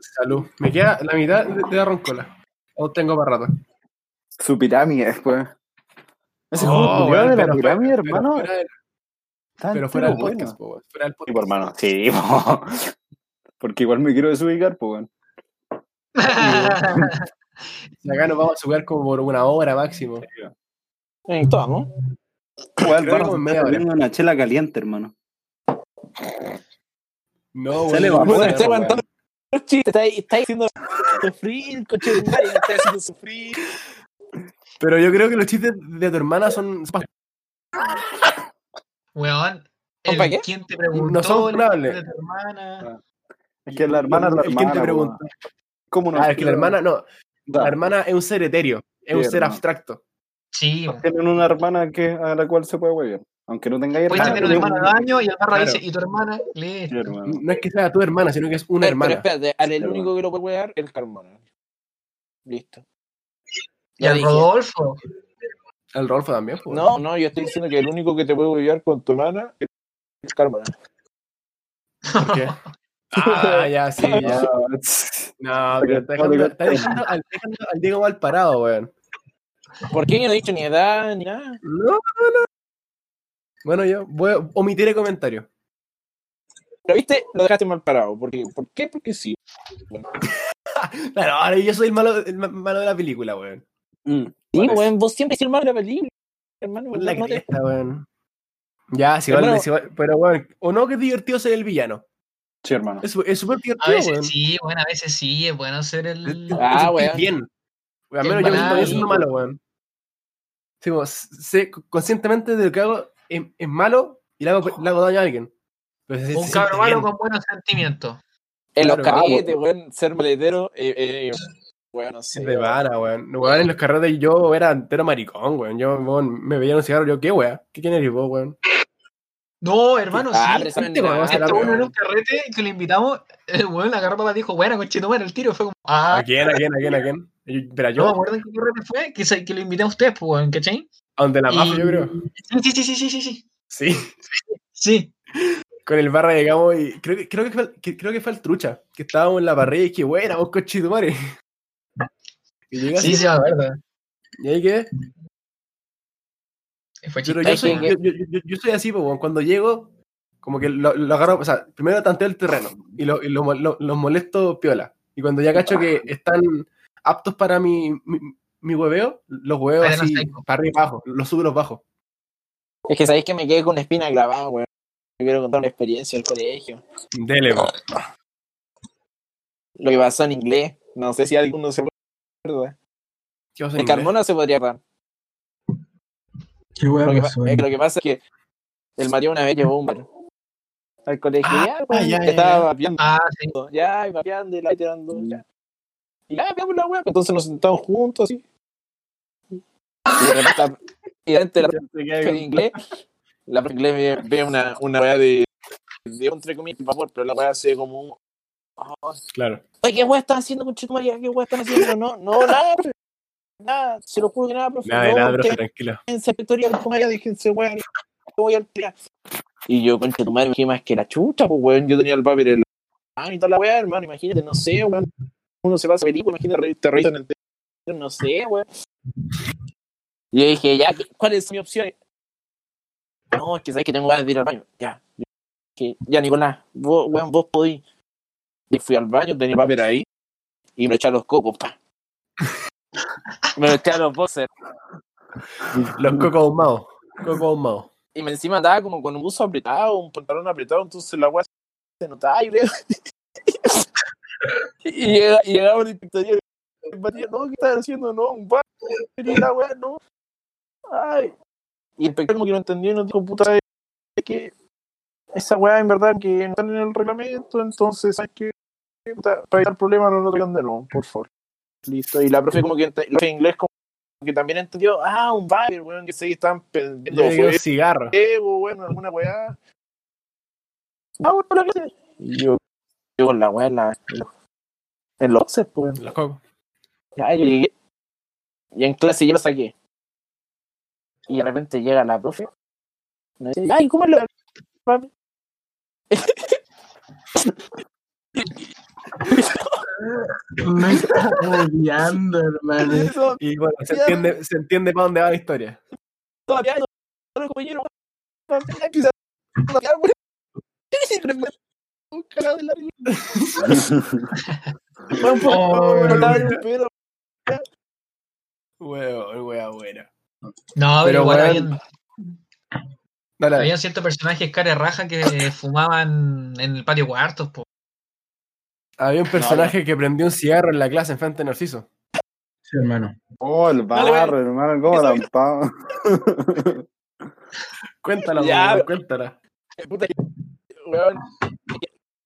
Speaker 1: Salud. Me queda la mitad de, de la roncola. Aún tengo para rato.
Speaker 5: Su pirámide, pues. después. Ese
Speaker 1: Oh,
Speaker 5: juego culiao
Speaker 1: weón,
Speaker 5: de la
Speaker 1: pero
Speaker 5: pirámide,
Speaker 1: fuera-
Speaker 5: hermano.
Speaker 1: Pero fuera, del-
Speaker 5: tan-
Speaker 1: pero fuera del
Speaker 5: bueno.
Speaker 1: podcast, po, weón, fuera del
Speaker 5: Sí,
Speaker 1: podcast.
Speaker 5: po, hermano. Sí, po. Porque igual me quiero desubicar, pues, weón.
Speaker 1: Y acá nos vamos a jugar como por una hora máximo.
Speaker 2: En todo, ¿no?
Speaker 5: Weón,
Speaker 1: que
Speaker 5: Barra
Speaker 1: como en
Speaker 5: se está
Speaker 1: media hora.
Speaker 5: bebiendo una chela caliente, hermano.
Speaker 1: No,
Speaker 5: Sale
Speaker 1: weón,
Speaker 5: bajo,
Speaker 2: Bueno,
Speaker 1: no,
Speaker 5: Bueno,
Speaker 2: está
Speaker 5: weón.
Speaker 2: aguantando los chistes, está, ahí- está haciendo sufrir, coche de madre, está haciendo sufrir.
Speaker 1: Pero yo creo que los chistes de tu hermana son. son-
Speaker 3: Weón.
Speaker 2: ¿Son pa'
Speaker 3: El,
Speaker 2: qué?
Speaker 3: ¿Quién te preguntó?
Speaker 1: No son
Speaker 3: el
Speaker 1: funables.
Speaker 3: de tu hermana.
Speaker 5: Es que la hermana es la
Speaker 1: el que
Speaker 5: hermana.
Speaker 1: te
Speaker 5: po,
Speaker 1: pregunta.
Speaker 5: weón. ¿Cómo no?
Speaker 1: Ah, es que la hermana, no,
Speaker 5: Da.
Speaker 1: la hermana es un ser etéreo, es
Speaker 5: Sí,
Speaker 1: un ser
Speaker 5: hermano.
Speaker 1: abstracto.
Speaker 3: Sí.
Speaker 5: Tienen una hermana que, a la cual se puede huevear. Aunque no tengáis
Speaker 3: Puedes
Speaker 5: hermana.
Speaker 3: tener un hermano de año y el barra
Speaker 1: Claro.
Speaker 3: dice, ¿y tu hermana?
Speaker 5: Sí,
Speaker 3: Listo.
Speaker 5: hermano.
Speaker 1: No es que sea tu hermana, sino que es una
Speaker 2: Eh,
Speaker 1: hermana.
Speaker 2: Pero espérate, al el
Speaker 5: Hermana.
Speaker 2: único que lo puede dar el Carmona. Listo.
Speaker 3: Y al
Speaker 2: dije.
Speaker 3: Rodolfo.
Speaker 1: El Rolfo también, pues.
Speaker 2: No, no, yo estoy diciendo que el único que te puede ayudar con tu hermana es el Carmona.
Speaker 1: ¿Por qué? Ah, ya, sí, ya.
Speaker 5: Ah,
Speaker 1: No, pero está dejando, está dejando al, dejando al Diego mal parado, weón.
Speaker 2: ¿Por qué yo no he dicho ni edad ni nada?
Speaker 1: No, Bueno, yo voy a omitir el comentario.
Speaker 2: Pero viste, lo dejaste mal parado. Porque, ¿Por qué? Porque sí.
Speaker 1: Claro, ahora yo soy el malo, el ma- malo de la película, weón.
Speaker 5: Mm.
Speaker 2: Sí,
Speaker 1: Parece.
Speaker 2: weón, vos siempre hiciste el malo de la película, hermano.
Speaker 1: La
Speaker 2: no te-
Speaker 1: cresta, weón. Ya, si vale,
Speaker 2: Hermano-
Speaker 1: si vale- pero weón, o no que es divertido ser el villano.
Speaker 5: Sí, hermano.
Speaker 1: Es es súper
Speaker 3: A
Speaker 1: divertido,
Speaker 3: veces
Speaker 1: weón.
Speaker 3: sí, bueno, a veces sí, es bueno ser el.
Speaker 1: Te- te
Speaker 2: Ah,
Speaker 1: sentís
Speaker 2: weón.
Speaker 1: Bien. Al
Speaker 3: Qué
Speaker 1: menos yo me siento bien siendo
Speaker 2: maravilla.
Speaker 1: malo, weón. Sí, como, sé conscientemente de lo que hago es, es malo y le hago, le hago daño a alguien. Pero se- se
Speaker 3: Un
Speaker 1: siente
Speaker 3: cabro malo
Speaker 1: bien.
Speaker 3: con buenos sentimientos.
Speaker 2: En los
Speaker 1: Claro.
Speaker 2: carretes, weón, ser maletero, eh, eh, weón, no sé.
Speaker 1: De
Speaker 2: weón.
Speaker 1: vara, weón. Weón, en los carretes yo era entero maricón, weón. Yo weón, me veía en un cigarro, yo, ¿qué, weón? ¿Qué quién eres vos, weón?
Speaker 3: No, hermano,
Speaker 2: Ah,
Speaker 3: sí.
Speaker 2: pero eso no es
Speaker 1: Sí, weón,
Speaker 2: nada,
Speaker 1: o sea, la
Speaker 3: Esto uno en
Speaker 1: weón.
Speaker 3: un carrete que le invitamos, el weón la agarró papá dijo, bueno, conchetumare, el tiro fue como, ah,
Speaker 1: ¿A quién, a quién, a quién, a quién? Y- Espera,
Speaker 3: yo me
Speaker 1: yo,
Speaker 3: acuerdo en qué carrete fue, que, se- que lo invité a ustedes, pues, weón, ¿cachai?
Speaker 1: a donde la bajo,
Speaker 3: Y-
Speaker 1: yo creo.
Speaker 3: Sí, sí, sí, sí, sí, sí.
Speaker 1: Sí,
Speaker 3: Sí,
Speaker 1: con el barra llegamos y creo que, creo que, fue, al- que- creo que fue al trucha, que estábamos en la parrilla y que, bueno, vos cochitumare. Y llega
Speaker 3: sí,
Speaker 1: así,
Speaker 3: sí, me acuerdo.
Speaker 1: ¿Y ahí qué?
Speaker 3: Fue
Speaker 1: Pero
Speaker 3: chistoso.
Speaker 1: yo soy,
Speaker 2: que-
Speaker 1: yo, yo- yo- yo soy así, pues, weón. cuando llego, como que lo, lo agarro, o sea, primero tanteo el terreno y lo- y lo mo- lo- los molesto piola. Y cuando ya cacho que están aptos para mi, mi, mi hueveo, los hueveo
Speaker 3: Pero no
Speaker 1: así,
Speaker 3: sé, po.
Speaker 1: para arriba y abajo, los subo y los bajo.
Speaker 2: Es que sabéis que me quedé con una espina clavada, weón. Yo quiero contar una experiencia del colegio.
Speaker 1: Dele, po.
Speaker 2: Lo que pasó en inglés. No sé si alguno se acuerda.
Speaker 1: ¿Qué vas a
Speaker 2: En
Speaker 1: hacer
Speaker 2: Carmona se podría acordar.
Speaker 4: Qué hueá
Speaker 2: Lo que, pa-
Speaker 4: pasó
Speaker 2: es
Speaker 1: eh,
Speaker 4: ahí.
Speaker 2: que lo que pasa es que el Mateo una vez llevó un bar al colegio.
Speaker 1: Ah,
Speaker 2: ya, weón,
Speaker 1: ya, ya,
Speaker 2: estaba
Speaker 1: ya.
Speaker 2: vapeando.
Speaker 3: Ah, sí.
Speaker 2: Ya, y vapeando y la tirando. Ya. Y ya, veamos la weá. Entonces nos sentamos juntos así. Y de repente la- y de repente la profe de inglés, la profe de inglés ve, ve una, una weá de, de un entre comillas vapor, pero la weá hace como un. "Oh,
Speaker 1: Claro.
Speaker 2: Oye, ¿qué weá están haciendo con Chito María? ¿Qué weá están haciendo? No, no, nada, profe. Nada, se lo juro que nada, profe.
Speaker 1: Nada, de
Speaker 2: no,
Speaker 1: nada, pero
Speaker 2: ustedes
Speaker 1: tranquilo.
Speaker 2: en Serpetoria, como ya déjense, weón. yo Voy al plan. Y yo, concha tu madre, me dije más que la chucha, pues, weón. Yo tenía el papel en la mano y toda la weá, hermano. Imagínate, no sé, weón. Uno se pasa película, imagínate, re- te reís en el teléfono, no sé, weón. Y yo dije, ya, ¿qué- ¿cuáles son mis opciones? No, es que sabes que tengo ganas de ir al baño. Ya. Yo dije, ya, Nicolás, vos, weón, vos podís. Y fui al baño, tenía el papel ahí. Y me eché a los cocos, pa. me lo eché a los boxers.
Speaker 1: Los cocos ahumados. Cocos ahumados.
Speaker 2: Y me encima andaba como con un buzo apretado, un pantalón apretado, entonces la weá se notaba, yo creo. y, llega- y llegaba el inspector y el patilla, no, ¿qué estás haciendo? No, un bar, y la weá, no. Ay. Y el inspector como que no entendió y nos dijo, puta, es que esa weá en verdad que no están en el reglamento, entonces hay que, puta, para evitar problemas no lo traigan de nuevo, por favor. Listo, y la profe como que, ente- la profe de inglés como que también entendió, ah, un bar, weón, que se estaban
Speaker 1: Yo
Speaker 2: perdiendo
Speaker 1: llegué un cigarro.
Speaker 2: Evo, eh, pues, bueno, alguna weá. Ah, bueno, la clase. Y yo, yo con la weá en la. en los- En los boxers, pues.
Speaker 1: Los cocos.
Speaker 2: Ya, yo llegué. Y en clase yo lo saqué. Y de repente llega la profe. Me dice, ay, ¿cómo lo mami?"
Speaker 4: Me está odiando, hermano.
Speaker 2: Eso,
Speaker 1: Y bueno, se entiende, se entiende para dónde va la historia.
Speaker 2: todavía hay otro compañero, mami, ya quizás- ya, bueno. Pero me- un cagado de la risa. Bueno, pues,
Speaker 4: Oh.
Speaker 2: no, no, no, pero-
Speaker 1: Weón, weón, weón.
Speaker 3: No,
Speaker 1: Pero,
Speaker 3: pero, igual
Speaker 1: weón,
Speaker 3: habían,
Speaker 1: Dale, dale.
Speaker 3: habían ciertos personajes cara raja que fumaban en el patio cuartos, pues. po.
Speaker 1: Había un personaje que prendió un cigarro en la clase enfrente de Narciso.
Speaker 4: Sí, hermano.
Speaker 5: Oh, el
Speaker 2: Dale,
Speaker 5: bar,
Speaker 2: güey.
Speaker 5: hermano, cómo
Speaker 2: Eso-
Speaker 5: la ampaba.
Speaker 1: Cuéntala,
Speaker 2: Ya,
Speaker 1: weón,
Speaker 2: pero-
Speaker 1: cuéntala.
Speaker 2: Puta, weón,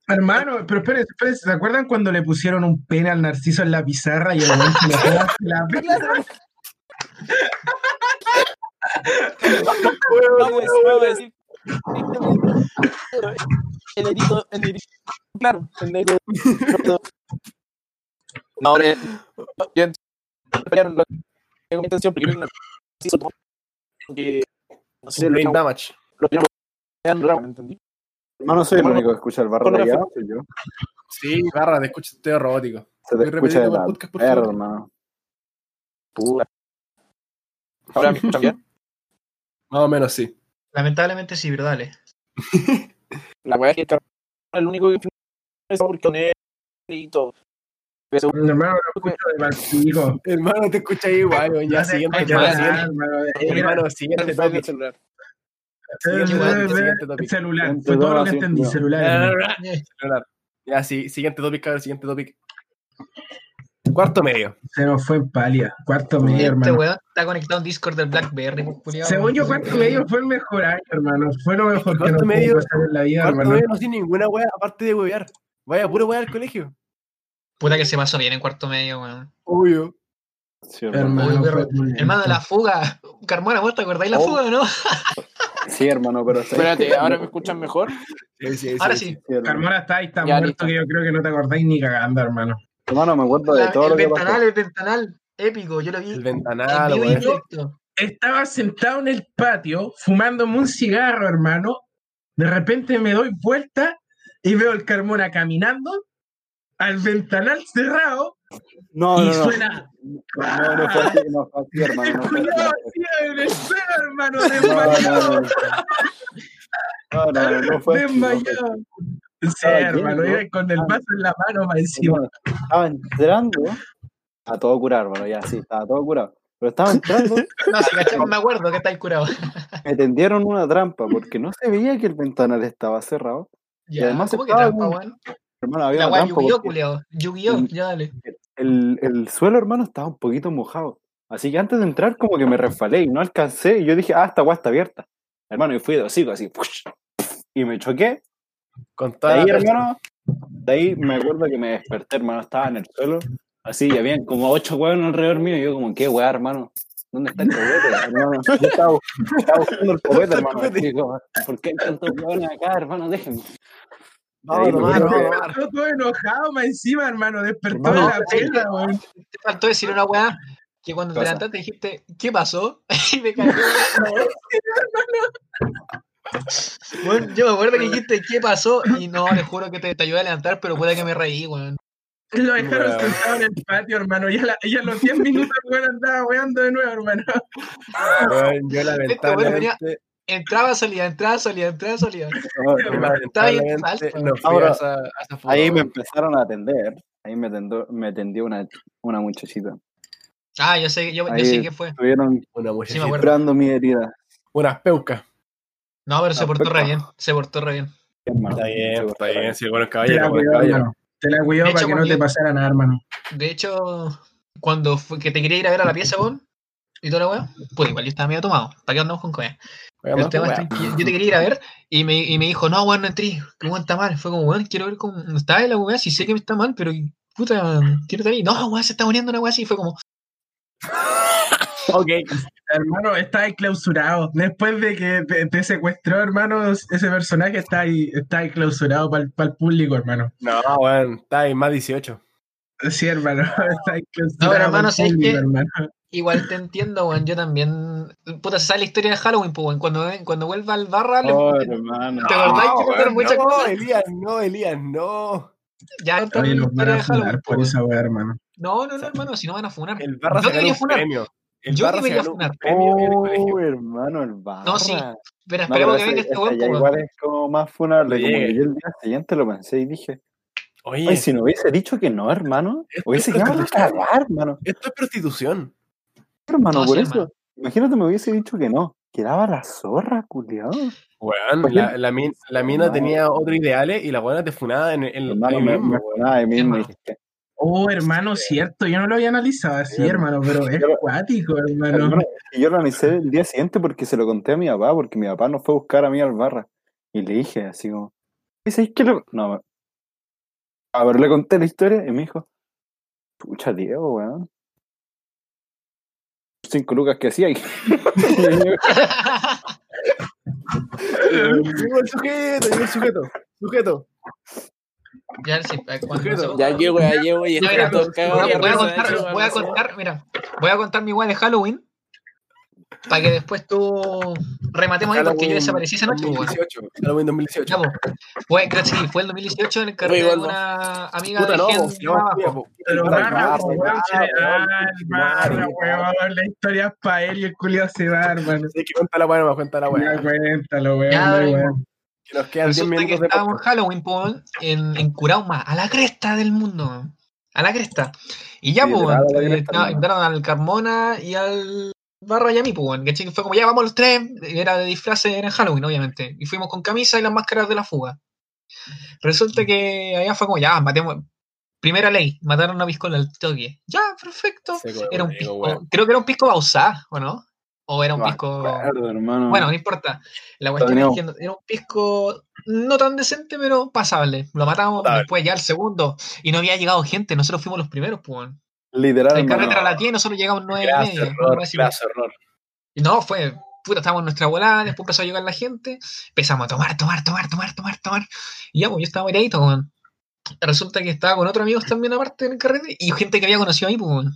Speaker 4: Hermano, pero espérense, espérense, ¿se acuerdan cuando le pusieron un pene al Narciso en la pizarra y el weón se la pegó en la pizarra?
Speaker 2: No, pues, no, pues, sí. El negrito, el negrito, claro, el negro. No, hombre, yo entiendo, pero no tengo mi intención, porque no- sí, supongo que, no sé, lo
Speaker 1: Brain
Speaker 2: que-
Speaker 1: damage.
Speaker 2: lo que- ¿me entendí?
Speaker 5: Hermano, soy el único que escucha el bar
Speaker 2: Con
Speaker 5: de allá,
Speaker 2: razón.
Speaker 5: soy yo.
Speaker 1: Sí, barra, te escucho, estoy robótico.
Speaker 5: Se te
Speaker 1: Voy
Speaker 5: escucha de
Speaker 1: repitiendo
Speaker 5: la
Speaker 1: el podcast, por
Speaker 5: R,
Speaker 1: favor.
Speaker 5: hermano.
Speaker 2: Puta. Ahora me escuchan bien.
Speaker 1: Más o menos sí.
Speaker 3: Lamentablemente sí, pero dale.
Speaker 2: La weá es que está el único que es porque con él y todo. Pero
Speaker 4: Mi hermano lo escucho de Valsigo.
Speaker 1: Hermano, te escucha igual, weón. Ya, siguiente,
Speaker 4: Ay,
Speaker 1: ya,
Speaker 4: hermano,
Speaker 1: siguiente.
Speaker 4: hermano,
Speaker 1: Hermano, siguiente
Speaker 2: Después del
Speaker 1: tópico.
Speaker 2: celular.
Speaker 4: eh,
Speaker 1: Siguiente,
Speaker 4: eh,
Speaker 1: siguiente
Speaker 4: eh,
Speaker 1: tópico.
Speaker 4: Celular, fue todo lo que entendí, celular. hermano.
Speaker 3: Este
Speaker 1: Celular. Ya, sí, siguiente topic, cabrón, siguiente topic. Cuarto medio.
Speaker 4: Se nos fue en palia. Cuarto medio,
Speaker 3: Este
Speaker 4: hermano.
Speaker 3: weón está conectado a un Discord del Blackberry, pues, culiao.
Speaker 4: Según yo, cuarto medio fue el mejor año, hermano. Fue lo mejor que
Speaker 1: Cuarto
Speaker 4: nos
Speaker 1: medio-
Speaker 4: pudo pasar en la vida,
Speaker 1: Cuarto
Speaker 4: hermano.
Speaker 1: medio no tiene ninguna wea aparte de wear. Vaya, puro wea al colegio.
Speaker 3: Puta que se pasó bien en cuarto medio, weón.
Speaker 1: Obvio.
Speaker 5: Sí, hermano.
Speaker 4: Hermano,
Speaker 3: Uy,
Speaker 4: fue
Speaker 3: perro.
Speaker 4: muy
Speaker 3: Hermano de
Speaker 4: lento.
Speaker 3: la fuga. Carmona, ¿vos te acordáis la
Speaker 2: Oh.
Speaker 3: fuga o no?
Speaker 5: Sí, hermano, pero...
Speaker 2: Espérate, ¿ahora me escuchan mejor?
Speaker 1: Sí, sí,
Speaker 3: Ahora sí.
Speaker 5: Sí, hermano.
Speaker 4: Carmona está ahí, está
Speaker 2: Ya,
Speaker 4: muerto,
Speaker 2: listo.
Speaker 4: que yo creo que no te acordáis ni cagando, hermano.
Speaker 5: Hermano, me acuerdo de
Speaker 3: La-
Speaker 5: todo
Speaker 3: el
Speaker 5: lo que pasó.
Speaker 3: ventanal, el ventanal. Épico, yo lo vi.
Speaker 1: El
Speaker 3: en
Speaker 1: ventanal,
Speaker 3: vivo y en
Speaker 1: weón.
Speaker 3: directo.
Speaker 4: Estaba sentado en el patio, fumándome un cigarro, hermano. De repente me doy vuelta y veo el Carmona caminando al ventanal cerrado
Speaker 5: No,
Speaker 4: y
Speaker 5: no, no.
Speaker 4: suena.
Speaker 5: No, no fue así, no fue así, hermano. No, fue así,
Speaker 4: Cuidado, tío, en el suelo, hermano,
Speaker 5: no,
Speaker 4: desmayado.
Speaker 5: no, no. No, no, no, no fue así, no fue así.
Speaker 4: Desmayado. Sí,
Speaker 5: Estaba lleno,
Speaker 4: hermano, iba con el vaso en la mano para encima.
Speaker 5: Hermano, Estaba entrando. A todo curar, hermano, ya, sí, estaba todo curado. Pero estaba entrando
Speaker 3: No, si cachamos, me acuerdo que estáis curado.
Speaker 5: me tendieron una trampa porque no se veía que el ventanal estaba cerrado.
Speaker 3: Ya,
Speaker 5: además
Speaker 3: ¿Cómo que
Speaker 5: estaba
Speaker 3: trampa,
Speaker 5: como-
Speaker 3: weón?
Speaker 5: Hermano, había
Speaker 3: La
Speaker 5: una
Speaker 3: weá
Speaker 5: trampa
Speaker 3: Yu-Gi-Oh,
Speaker 5: porque
Speaker 3: culiao. Yu-Gi-Oh,
Speaker 5: Mm.
Speaker 3: ya dale.
Speaker 5: el, el suelo, hermano, estaba un poquito mojado. Así que antes de entrar, como que me resbalé y no alcancé. Y yo dije, ah, esta guay está abierta. Hermano, y fui de hocico así. ¡push! Y me choqué.
Speaker 1: Con
Speaker 5: De
Speaker 1: toda
Speaker 5: ahí,
Speaker 1: la-
Speaker 5: hermano, de ahí me acuerdo que me desperté, hermano. Estaba en el suelo. Así, y habían como ocho huevos alrededor mío. Y yo, como, ¿qué hueá, hermano? ¿Dónde está el copete, hermano? Yo estaba, bu- estaba buscando el copete, hermano. Así, como, ¿Por qué hay tantos huevones acá, hermano? Déjenme.
Speaker 1: Vamos a tomar,
Speaker 5: Hermano,
Speaker 1: vamos a tomar.
Speaker 4: Despertó todo enojado más encima, hermano. Despertó de
Speaker 5: Hermano,
Speaker 4: la pena, weón.
Speaker 3: Te faltó decir una weá que cuando te
Speaker 5: Pasa.
Speaker 3: levantaste dijiste, ¿qué pasó? y me cayó. Bueno, yo me acuerdo que dijiste, ¿qué pasó? Y no, le juro que te, te ayudé a levantar, pero puede que me reí, weón.
Speaker 4: Lo dejaron
Speaker 1: Weón.
Speaker 4: sentado en el patio, hermano. Ya, la- ya los 10 minutos, el weón, andaba weando de nuevo, hermano.
Speaker 3: Este,
Speaker 1: Weón, Yo
Speaker 3: venía-
Speaker 1: lamentablemente,
Speaker 3: Entraba, salía, entraba, salía, entraba, salía.
Speaker 1: yo
Speaker 4: Estaba
Speaker 1: lamentablemente
Speaker 3: salsa.
Speaker 1: no fui
Speaker 5: Ahora,
Speaker 1: a esa, a esa fuga,
Speaker 5: Ahí me
Speaker 1: weón.
Speaker 5: empezaron a atender. Ahí me tendió, me tendió una, una muchachita.
Speaker 3: Ah, yo sé, yo, yo
Speaker 5: Ahí.
Speaker 3: sé qué fue.
Speaker 5: Estuvieron
Speaker 1: Una
Speaker 3: Sí,
Speaker 1: muchachita.
Speaker 3: me acuerdo.
Speaker 5: curando mi herida.
Speaker 1: Unas peucas.
Speaker 3: No, pero se
Speaker 5: Ah,
Speaker 3: portó re
Speaker 5: perfecto.
Speaker 3: bien, se portó re bien.
Speaker 5: hermano.
Speaker 1: Está bien,
Speaker 5: Sí,
Speaker 1: está bien. Sí, bueno,
Speaker 4: Te
Speaker 1: caballero,
Speaker 4: la
Speaker 1: bueno,
Speaker 4: cuidó,
Speaker 1: caballero.
Speaker 4: hermano. Te la cuidó
Speaker 3: De hecho,
Speaker 4: para que no
Speaker 3: cuando
Speaker 4: te
Speaker 3: yo-
Speaker 4: pasara nada, hermano.
Speaker 3: De hecho, cuando fue que te quería ir a ver a la pieza, weón, y toda la weá, pues igual yo estaba medio tomado. ¿Para qué andamos con coña?
Speaker 1: Weón,
Speaker 5: pues,
Speaker 3: El
Speaker 1: más
Speaker 3: tema
Speaker 1: weá.
Speaker 3: está en que yo, yo te quería ir a ver y me, y me dijo, no, weón, no entré, que weón está mal. Fue como, weón, quiero ver cómo está la weá, si sé que está mal, pero puta, quiero estar ahí. No, weón, se está poniendo una weá así. Fue como,
Speaker 1: Ok.
Speaker 4: Hermano, está ahí clausurado. Después de que te, te secuestró, hermano, ese personaje está ahí, está ahí clausurado para el, público, hermano.
Speaker 1: No, weón, Ah, está ahí más 18.
Speaker 4: Sí, hermano. Está ahí clausurado.
Speaker 3: Ahora, hermano,
Speaker 4: pa'l
Speaker 3: ¿sabes
Speaker 4: público,
Speaker 3: qué?
Speaker 4: hermano.
Speaker 3: igual te entiendo, weón, yo también. Puta, se sabe la historia de Halloween, pues, weón, cuando, ven- cuando vuelva al barra, le-
Speaker 5: Oh, hermano.
Speaker 3: ¿Te acordáis que
Speaker 1: weón,
Speaker 3: pasaron muchas
Speaker 1: no,
Speaker 3: cosas?
Speaker 1: Elías, no, Elías, no.
Speaker 3: ya está la
Speaker 4: Oye, los van
Speaker 3: historia
Speaker 4: a
Speaker 3: de Halloween.
Speaker 4: funar por
Speaker 3: pues, weón.
Speaker 4: esa weá, hermano.
Speaker 3: No, no, no, hermano, si no van a funar.
Speaker 1: El barra se
Speaker 3: Yo
Speaker 1: ganó
Speaker 3: debería
Speaker 1: un
Speaker 3: funar.
Speaker 1: premio. El
Speaker 3: Yo
Speaker 1: barra se
Speaker 3: debería
Speaker 1: ganó un
Speaker 3: funar.
Speaker 1: premio en el colegio.
Speaker 5: Oh, hermano, el barra.
Speaker 3: sí, Espera,
Speaker 5: No, pero
Speaker 3: esperemos que
Speaker 5: ese-
Speaker 3: venga este
Speaker 5: ese
Speaker 3: weón,
Speaker 5: ya
Speaker 3: pues, weón.
Speaker 5: igual es como más funable.
Speaker 1: No
Speaker 5: Como que
Speaker 1: llegue.
Speaker 5: yo el día siguiente lo pensé y dije,
Speaker 1: Oye,
Speaker 5: ay, si no hubiese dicho que no, hermano, hubiese quedado la cagada, hermano.
Speaker 1: esto es prostitución.
Speaker 5: Hermano,
Speaker 3: No,
Speaker 5: por
Speaker 3: sí,
Speaker 5: eso.
Speaker 3: hermano.
Speaker 5: Imagínate, me hubiese dicho que no. Quedaba la zorra, culiado.
Speaker 1: Mm, Weón, la, la min- la mina
Speaker 5: No.
Speaker 1: tenía otros ideales y la buena te funaba en, en
Speaker 5: Hermano,
Speaker 1: ahí
Speaker 5: me,
Speaker 1: mismo,
Speaker 5: me
Speaker 1: weón.
Speaker 5: funaba ahí mismo. y
Speaker 3: hermano.
Speaker 5: dije,
Speaker 4: Oh, hermano, cierto. Yo no lo había analizado así,
Speaker 5: Sí,
Speaker 4: hermano, pero es
Speaker 5: Yo-
Speaker 4: cuático, hermano.
Speaker 5: Hermano, y yo lo analicé el día siguiente porque se lo conté a mi papá, porque mi papá nos fue a buscar a mí al barra. Y le dije así como, "¿Y sabéis qué lo-?" No, a ver, le conté la historia y me dijo, pucha Diego, weón. Cinco lucas que hacía ahí.
Speaker 1: Llegó el sujeto, llegó el sujeto. Sujeto.
Speaker 3: Ya, sí, cuando
Speaker 1: Sujeto,
Speaker 3: se-
Speaker 2: Ya llego, ya llego y
Speaker 3: Ya,
Speaker 2: está
Speaker 3: mira,
Speaker 2: todo
Speaker 4: voy
Speaker 2: cagado.
Speaker 4: a-
Speaker 2: de
Speaker 3: Voy a
Speaker 2: risa,
Speaker 3: contar,
Speaker 2: hecho,
Speaker 3: voy a
Speaker 2: weón,
Speaker 3: contar, mira, voy a contar mi weá de Halloween. Para que después tú rematemos ahí porque Este yo desaparecí esa noche, weón.
Speaker 1: 2018, Halloween 2018.
Speaker 3: Ya, po. Fue, creo que sí, fue el 2018 en el carrete de
Speaker 2: Oye, igual,
Speaker 3: una amiga
Speaker 1: Puta,
Speaker 3: de
Speaker 1: no,
Speaker 3: Gen
Speaker 1: po, no,
Speaker 3: abajo.
Speaker 1: tía, po.
Speaker 4: Pero
Speaker 5: Puta,
Speaker 4: barra,
Speaker 5: barra,
Speaker 4: po, weón,
Speaker 5: barra,
Speaker 4: general, barra,
Speaker 1: barra,
Speaker 4: weón. La historia es para él y el culiado se va, hermano.
Speaker 1: Sí, que cuenta la weá, nomás, cuenta la
Speaker 4: Ya,
Speaker 1: weá.
Speaker 4: cuéntalo, weón.
Speaker 3: Ya,
Speaker 4: no,
Speaker 3: weón.
Speaker 4: weón.
Speaker 1: Que nos quedan 10
Speaker 3: Resulta que
Speaker 1: minutos de
Speaker 3: estábamos en
Speaker 1: podcast.
Speaker 3: Halloween, po, weón, en, en Curauma, a la cresta del mundo, weón. a la cresta. Y ya,
Speaker 5: Sí,
Speaker 3: po,
Speaker 5: literal, a la
Speaker 3: weón,
Speaker 5: cresta,
Speaker 3: estaba-
Speaker 5: hermano.
Speaker 3: invitaron al Carmona y al Barra y a mí, po, weón, ¿cachai? fue como, ya vamos los tres, era de disfraces, era en Halloween, obviamente. Y fuimos con camisa y las máscaras de la fuga. Resulta que allá fue como, ya, matemos. Primera ley, mataron a Piscola al toque. Ya, perfecto.
Speaker 1: Sí, weón,
Speaker 3: Era un
Speaker 1: digo,
Speaker 3: pisco,
Speaker 1: weón.
Speaker 3: creo que era un pisco Bausá, ¿o no? O era un
Speaker 5: No,
Speaker 3: pisco...
Speaker 5: Claro, hermano.
Speaker 3: Bueno, no importa. La cuestión es
Speaker 5: Torneo.
Speaker 3: que no- era un pisco no tan decente, pero pasable. Lo matamos
Speaker 1: Pasable.
Speaker 3: después ya el segundo. Y no había llegado gente, nosotros fuimos los primeros, pues. weón.
Speaker 5: literal,
Speaker 3: El carrete
Speaker 5: hermano.
Speaker 3: era la 10 y nosotros llegamos 9 y
Speaker 1: Gracias,
Speaker 3: media. una
Speaker 1: error,
Speaker 3: cosa así.
Speaker 1: gracias, error.
Speaker 3: Y no, fue. Puta, estábamos en nuestra volada, después empezó a llegar la gente. Empezamos a tomar, tomar, tomar, tomar, tomar, tomar. Y ya, pues yo estaba variadito, weón. Resulta que estaba con otros amigos también aparte en el carrete y gente que había conocido ahí, pues. weón.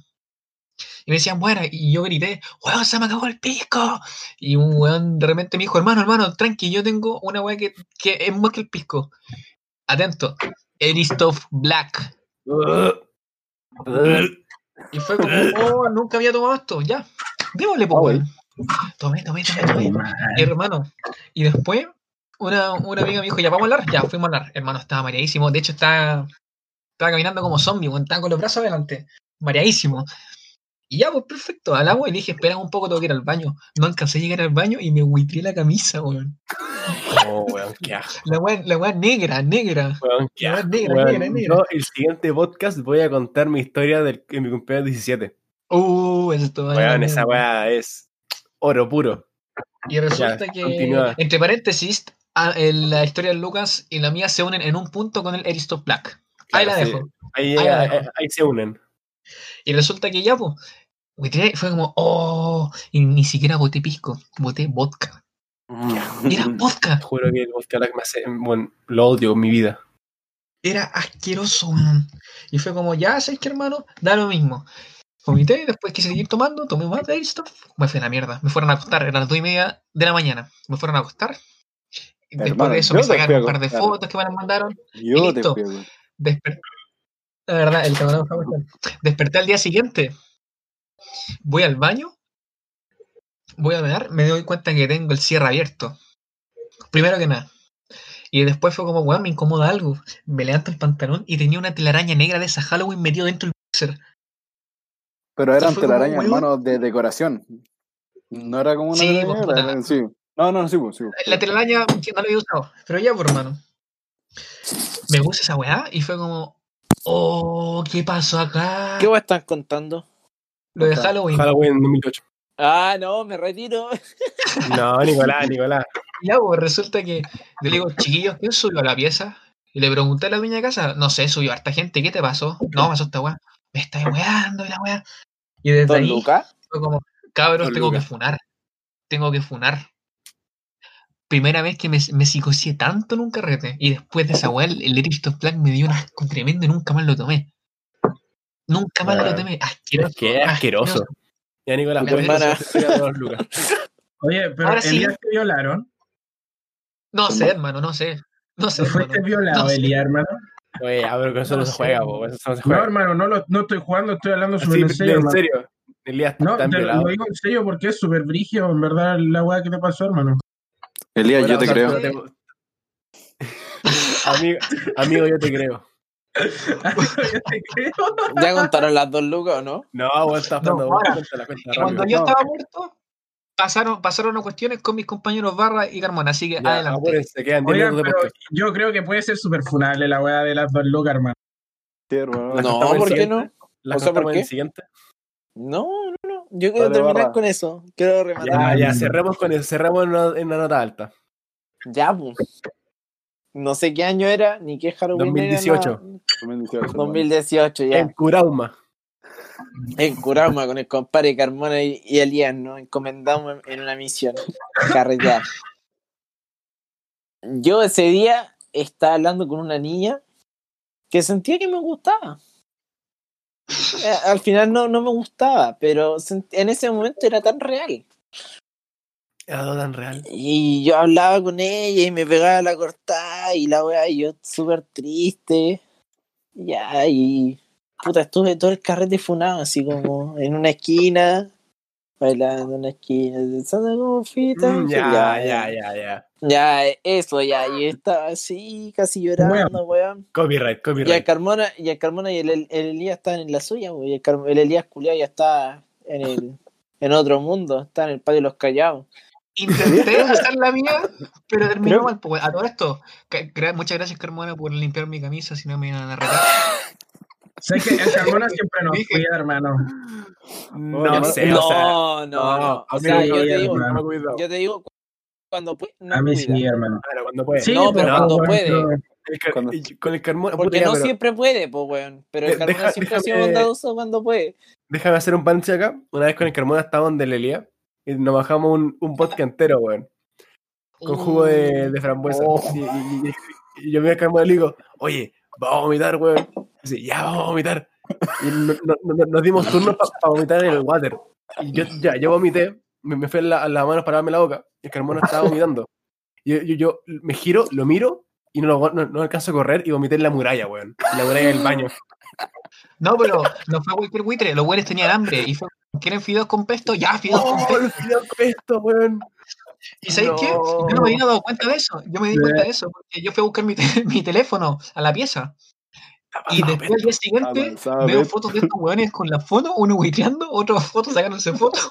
Speaker 3: Y me decían, bueno, y yo grité, weón, se me acabó el pisco. Y un weón de repente me dijo, hermano, hermano, tranqui, yo tengo una weá que, que es más que el pisco. Atento, Eristoff Black. Y fue como, oh, nunca había tomado esto, ya. Démosle, pues,
Speaker 5: Ah,
Speaker 3: weón. Tomé, tomé, tomé, tomé. Hermano. Y después, una, una amiga me dijo, ya vamos a hablar, ya fuimos a hablar. Hermano, estaba mareadísimo. De hecho, estaba, estaba caminando como zombie, weón, estaba con los brazos adelante. Mareadísimo. Y ya, pues perfecto, hablamos y le dije, espera un poco, tengo que ir al baño. No alcancé a llegar al baño y me huitré la camisa, weón.
Speaker 1: No, weón, qué asco,
Speaker 3: La weá, la weá negra, negra.
Speaker 1: weón, qué
Speaker 3: La weá
Speaker 1: asco.
Speaker 3: negra,
Speaker 1: Weón,
Speaker 3: negra, negra.
Speaker 1: yo el siguiente podcast voy a contar mi historia del, en mi cumpleaños 17.
Speaker 3: Uh, eso todo
Speaker 1: Weón, esa weá es oro puro.
Speaker 3: Y resulta que,
Speaker 1: continúa.
Speaker 3: entre paréntesis, a- el- la historia de Lucas y la mía se unen en un punto con el Aristotle Black. Ahí la
Speaker 1: Claro, sí.
Speaker 3: dejo.
Speaker 1: Ahí,
Speaker 3: Ahí la
Speaker 1: ahí-
Speaker 3: dejo.
Speaker 1: ahí se unen.
Speaker 3: Y resulta que ya, pues, buitré, fue como, oh, y ni siquiera boté pisco, boté vodka.
Speaker 5: Mm,
Speaker 3: Era vodka,
Speaker 1: Te Juro que el vodka black me hace. Bueno, lo odio en mi vida.
Speaker 3: era asqueroso, weón. Y fue como, ya, ¿sabes qué, hermano? Da lo mismo. Vomité, después quise seguir tomando, tomé más de esto, me fui a la mierda. Me fueron a acostar, eran las dos y media de la mañana. Me fueron a acostar. Y Después
Speaker 5: Hermano,
Speaker 3: de eso
Speaker 5: yo
Speaker 3: me
Speaker 5: te fui a
Speaker 3: sacaron un par de
Speaker 5: acostar.
Speaker 3: fotos que me las mandaron.
Speaker 5: Yo te
Speaker 3: listo.
Speaker 5: fui, weón.
Speaker 3: Desper- La verdad, el camarada fue a acostar. Desperté al día siguiente. Voy al baño. Voy a mear. Me doy cuenta que tengo el cierre abierto. Primero que nada. Y después fue como, weón, me incomoda algo. Me levanto el pantalón y tenía una telaraña negra de esa Halloween metido dentro del boxer.
Speaker 5: Pero
Speaker 3: Y
Speaker 5: eran
Speaker 3: fue como,
Speaker 5: telarañas,
Speaker 3: weón.
Speaker 5: hermano, de decoración. No era como una
Speaker 3: Sí,
Speaker 5: telaraña,
Speaker 3: pues,
Speaker 5: era-
Speaker 3: puta.
Speaker 5: era- sí. No, no, sí, pues, sí. pues.
Speaker 3: La telaraña que no la había usado. Pero ya, por hermano. Me puse esa weá y fue como, oh, ¿qué pasó acá?
Speaker 2: ¿Qué weón estás contando?
Speaker 3: Lo de Halloween.
Speaker 1: Halloween 2008.
Speaker 2: Ah, no, me retiro.
Speaker 1: No, Nicolás, Nicolás.
Speaker 3: Ya, pues resulta que yo le digo, chiquillos, ¿quién subió a la pieza? Y le pregunté a la dueña de casa, no sé, subió harta gente, ¿qué te pasó? No, pasó esta weá. Me estáis weando y la weá. Y desde
Speaker 2: Don
Speaker 3: ahí
Speaker 2: Lucas.
Speaker 3: fue como, cabros,
Speaker 1: Don
Speaker 3: tengo
Speaker 1: Lucas.
Speaker 3: que funar. Tengo que funar. Primera vez que me, me psicocié tanto en un carrete. Y después de esa weá, el, el Eristoff Black me dio un asco tremendo y nunca más lo tomé. Nunca más lo
Speaker 1: Weón.
Speaker 3: tomé. Asqueroso.
Speaker 1: Ah, Es que es asqueso. Ya, Nicolás,
Speaker 3: Mi
Speaker 1: puedes
Speaker 2: hermana.
Speaker 1: decir tu historia de los Lucas.
Speaker 4: Oye, pero
Speaker 3: Ahora sí.
Speaker 4: Elías te violaron.
Speaker 3: No sé, hermano, no sé. No sé,
Speaker 4: Tú
Speaker 3: hermano.
Speaker 4: fuiste violado,
Speaker 3: No sé.
Speaker 4: Elías, hermano.
Speaker 1: Oye, ah, pero con eso no,
Speaker 3: No
Speaker 1: se
Speaker 3: sé.
Speaker 1: juega, po, eso no se
Speaker 4: No,
Speaker 1: juega.
Speaker 4: hermano, no, lo, no estoy jugando, estoy hablando
Speaker 1: Así,
Speaker 4: sobre
Speaker 1: de-
Speaker 4: en serio,
Speaker 1: en
Speaker 4: hermano.
Speaker 1: serio. Elías
Speaker 4: No,
Speaker 1: tan
Speaker 4: te lo-
Speaker 1: violado.
Speaker 4: lo digo en serio porque es súper brigio, en verdad, la weá que te pasó, hermano.
Speaker 5: Elías, yo te
Speaker 1: Bueno,
Speaker 5: creo.
Speaker 1: o sea, no te- amigo, amigo, yo te creo.
Speaker 4: Yo te creo.
Speaker 2: ¿Ya contaron las dos lucas o no?
Speaker 1: No, vos estás
Speaker 3: No,
Speaker 1: dando
Speaker 3: ahora,
Speaker 1: cuenta, cuenta
Speaker 3: Y
Speaker 1: rápido.
Speaker 3: cuando yo
Speaker 5: No.
Speaker 3: estaba muerto, pasaron, pasaron las cuestiones con mis compañeros Barra y Carmona, así que
Speaker 1: Ya,
Speaker 3: adelante.
Speaker 1: apúrense, quedan 10
Speaker 4: Oigan,
Speaker 1: minutos de
Speaker 4: pero
Speaker 1: podcast.
Speaker 4: yo creo que puede ser súper funable la weá de las dos lucas, hermano.
Speaker 5: Sí, hermano.
Speaker 2: No,
Speaker 1: contamos
Speaker 2: ¿por qué
Speaker 1: siempre.
Speaker 2: no?
Speaker 1: ¿Las
Speaker 2: o sea, ¿por
Speaker 1: contamos en el
Speaker 2: qué?
Speaker 1: siguiente?
Speaker 2: No, no, no. Yo quiero
Speaker 5: Dale,
Speaker 2: terminar
Speaker 5: barra.
Speaker 2: con eso. Quiero rematar.
Speaker 1: Ya, ya, cerremos con eso, cerremos en una, en una nota alta.
Speaker 2: Ya, pues. No sé qué año era, ni qué Halloween era,
Speaker 1: 2018.
Speaker 2: nada.
Speaker 5: También decía eso, hermano.
Speaker 2: 2018, ya.
Speaker 1: En Curauma.
Speaker 2: En Curauma, con el compadre Carmona y, y Elías, nos encomendamos en, en una misión. Carretear. Yo ese día estaba hablando con una niña que sentía que me gustaba. Eh, Al final no, no me gustaba, pero sent- en ese momento era tan real.
Speaker 1: Era todo tan real.
Speaker 2: Y yo hablaba con ella y me pegaba la cortada y la weá, y yo súper triste. Ya, y puta, estuve todo el carrete funado, así como en una esquina, bailando en una esquina, pensando como fita.
Speaker 1: Mm, Ya, ya, ya, ya.
Speaker 2: Ya, eso, ya, y estaba así, casi llorando, weón.
Speaker 1: Copyright,
Speaker 2: Y el
Speaker 1: copyright.
Speaker 2: Carmona, y el Carmona y el, el- el Elías están en la suya, weón. y El, Car- el Elías culiao ya está en el en otro mundo, está en el patio de los callados.
Speaker 3: Intenté hacer la mía, pero terminó
Speaker 5: Creo-
Speaker 3: mal. pues, weón. A todo esto, ca- gra- muchas gracias, Carmona, por limpiar mi camisa, si no me iban a retar.
Speaker 4: Sé que el Carmona siempre nos cuida, hermano.
Speaker 1: Oh, No sé,
Speaker 2: no,
Speaker 1: o sea.
Speaker 2: no, no,
Speaker 1: no,
Speaker 2: O
Speaker 1: a mí
Speaker 2: sea,
Speaker 4: no
Speaker 2: yo te
Speaker 4: había
Speaker 2: digo,
Speaker 4: hermano.
Speaker 1: no me cuido.
Speaker 2: yo te digo cu- cuando puede, no
Speaker 4: A mí
Speaker 2: cuida. Eh,
Speaker 4: sí, hermano.
Speaker 1: Claro, cuando puede.
Speaker 4: Sí,
Speaker 2: No, pero
Speaker 4: pues,
Speaker 2: cuando
Speaker 4: weón,
Speaker 2: puede.
Speaker 4: pero-
Speaker 1: El car-
Speaker 5: Cuando-
Speaker 1: y- Con el Carmona. puta,
Speaker 2: Porque
Speaker 1: ya,
Speaker 2: no
Speaker 1: pero
Speaker 2: siempre puede, pues weón. Pero el
Speaker 1: De-
Speaker 2: Carmona
Speaker 1: deja-
Speaker 2: siempre ha sido
Speaker 1: déjame-
Speaker 2: bondadoso cuando puede.
Speaker 1: Déjame hacer un panche acá. Una vez con el Carmona estaba donde Lelia y nos bajamos un, un vodka entero, weón. Con jugo
Speaker 3: Eh,
Speaker 1: de, de frambuesa. Y, y- y- y yo me al Carmona y le digo, oye, vamos a vomitar, weón. Y dice, ya vamos a vomitar. Y no- no- no- nos dimos turnos para vomitar en el water. Y yo, ya, yo vomité, me, me fui a, la- a las manos para darme la boca. Y el Carmona estaba vomitando. Y yo, yo, yo me giro, lo miro y no, lo agu- no, no alcanzo a correr y vomité en la muralla, weón. En la muralla del baño.
Speaker 3: No, pero no fue cualquier buitre, los güeyes tenían hambre y fue, ¿quieren fideos con pesto? Ya, fideos Oh,
Speaker 1: Oh,
Speaker 3: con pesto.
Speaker 1: esto, weón!
Speaker 3: ¿Y sabéis qué? Yo no me había dado cuenta de eso. Yo me di
Speaker 1: Eh.
Speaker 3: cuenta de eso porque yo fui a buscar mi, te- mi teléfono a la pieza y después al día siguiente
Speaker 5: Avanzado,
Speaker 3: veo
Speaker 5: ven.
Speaker 3: fotos de estos hueones con la foto, uno buitreando, otro foto sacándose fotos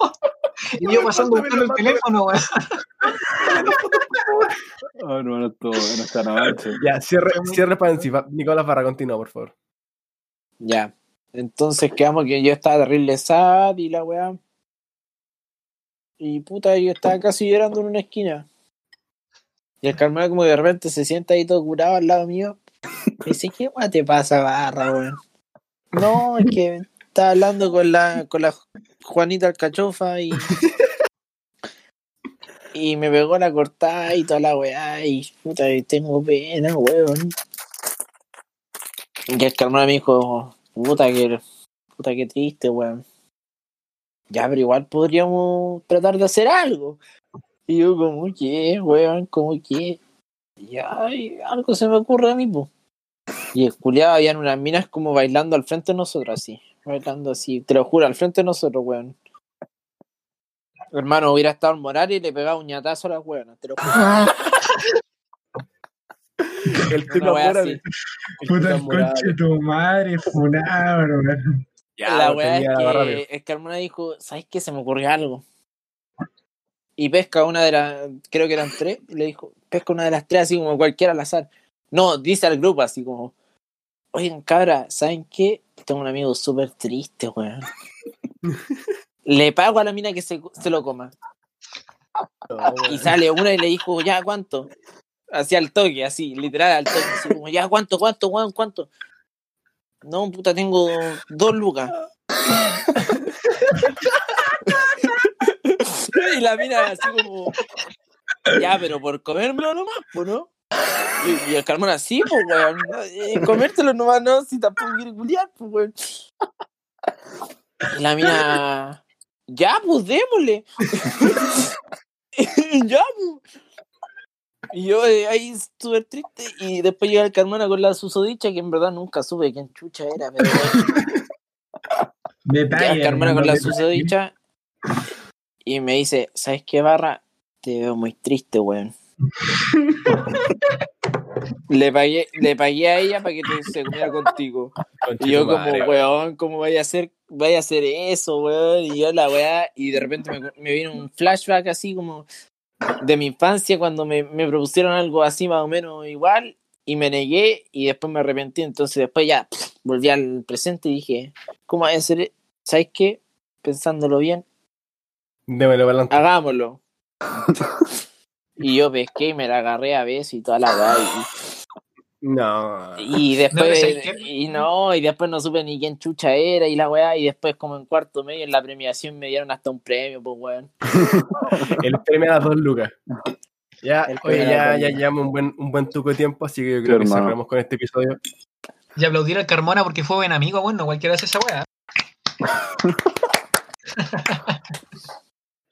Speaker 3: y yo pasando buscando el teléfono, weón.
Speaker 5: Oh, hermano, esto no está nada macho.
Speaker 1: Ya, cierre,
Speaker 3: Fue muy-
Speaker 1: cierre para encima. Nicolás Barra, continúa, por favor.
Speaker 2: Ya. Entonces quedamos que yo estaba terrible sad y la weá. Y puta, yo estaba casi llorando en una esquina. Y el Carmona como que de repente se sienta ahí todo curado al lado mío. Y dice, ¿qué weá te pasa, barra, weón? No, es que estaba hablando con la, con la Juanita Alcachofa y. Y me pegó la cortada y toda la weá. Y puta, y tengo pena, weón. Y el Carmona me dijo, puta que, puta que triste, weón. Ya, pero igual podríamos tratar de hacer algo. Y yo, como que, weón, como que. Ya, y algo se me ocurre a mí, po. Y el culiado habían unas minas como bailando al frente de nosotros, así. Bailando así, te lo juro, al frente de nosotros, weón. Hermano, hubiera estado el Morales y le pegaba un ñatazo a las weonas, te lo juro.
Speaker 1: El
Speaker 2: una
Speaker 1: Tuca
Speaker 2: wea
Speaker 1: Mora.
Speaker 2: así.
Speaker 1: el
Speaker 4: Puta
Speaker 1: Tuca
Speaker 4: el
Speaker 1: Mora.
Speaker 4: coche de tu madre, funado, hermano.
Speaker 1: Ya,
Speaker 2: la
Speaker 1: lo
Speaker 2: weá es
Speaker 1: tenía la barra,
Speaker 2: que
Speaker 1: pero-
Speaker 2: el Carmona dijo, ¿sabes qué? Se me ocurrió algo. Y pesca una de las, creo que eran tres, y le dijo, pesca una de las tres así como cualquiera al azar. No, dice al grupo así como, oigan cabra, ¿saben qué? Tengo un amigo súper triste, weón. le pago a la mina que se, se lo coma.
Speaker 1: No, Oh, weón.
Speaker 2: Y sale una y le dijo, ya, ¿cuánto? Así al toque, así, literal al toque. Así como, ya, ¿cuánto, cuánto, weón, cuánto? No, puta, tengo dos lucas. y la mina así como, ya, pero por comérmelo nomás, pues, ¿no? Y, y el Carmona, sí, pues, weón. ¿no? Eh, comértelo nomás, no, si tampoco quiere culiar, pues, weón. Y la mina, ya, pues, démosle. ya, po. Y yo eh, ahí súper triste. Y después llega el Carmona con la susodicha, que en verdad nunca supe quién chucha era. Pero bueno, llega
Speaker 4: Detalle.
Speaker 2: el Carmona
Speaker 4: hermano,
Speaker 2: con la
Speaker 4: detalle.
Speaker 2: susodicha y me dice: ¿Sabes qué, Barra? Te veo muy triste, weón. le, pagué, le pagué a ella para que te- se comiera contigo.
Speaker 1: Conche
Speaker 2: Y yo
Speaker 1: tu
Speaker 2: como,
Speaker 1: madre, weón.
Speaker 2: weón, ¿cómo vaya a hacer, vaya a hacer eso, weón? Y yo la weá, y de repente me, me vino un flashback así como de mi infancia cuando me, me propusieron algo así más o menos igual y me negué y después me arrepentí. Entonces después ya pff, volví al presente y dije, ¿cómo vaya a ser? ¿Sabes qué? Pensándolo bien,
Speaker 1: Démelo para adelante.
Speaker 2: hagámoslo. y yo pesqué y me la agarré a besos y toda la weá. y-
Speaker 1: No.
Speaker 2: y
Speaker 3: pero
Speaker 2: después,
Speaker 3: ¿sabes qué?
Speaker 2: y no, y después no supe ni quién chucha era y la weá, y después como en cuarto medio en la premiación me dieron hasta un premio, pues weón.
Speaker 1: El premio a las dos lucas. Ya,
Speaker 2: El
Speaker 1: oye,
Speaker 2: premio a las
Speaker 1: ya,
Speaker 2: dos
Speaker 1: ya
Speaker 2: lucas.
Speaker 1: llevamos un buen, un buen tuco de tiempo, así que yo creo que
Speaker 5: hermano.
Speaker 1: cerramos con este episodio.
Speaker 3: Y aplaudir al Carmona porque fue buen amigo, bueno, cualquiera hace esa weá.
Speaker 1: Sí,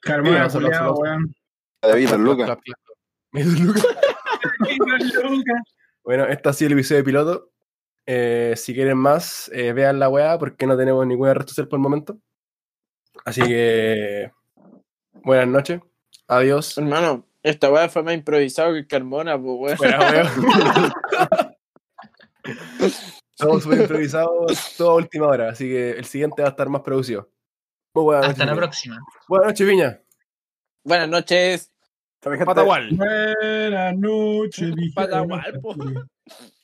Speaker 4: Carmona,
Speaker 1: no, se lo- se lo-
Speaker 4: culiao, weón.
Speaker 5: David, Lucas.
Speaker 1: Clap, clap, clap. Me hizo Lucas. Bueno, este ha sido el episodio de piloto. Eh, si quieren más, eh, vean la weá porque no tenemos ninguna red social por el momento. Así que buenas noches. Adiós.
Speaker 2: Hermano, esta weá fue más improvisado que Carmona, pues weón.
Speaker 1: Buenas weón. Todo súper improvisado, toda última hora. Así que el siguiente va a estar más producido. Muy buenas
Speaker 3: Hasta la
Speaker 1: noches, Viña.
Speaker 3: próxima.
Speaker 1: Buenas noches, Viña.
Speaker 2: Buenas noches.
Speaker 1: Patagual.
Speaker 4: Buenas noches, dije.
Speaker 2: Patagual, po.
Speaker 4: Buenas noches.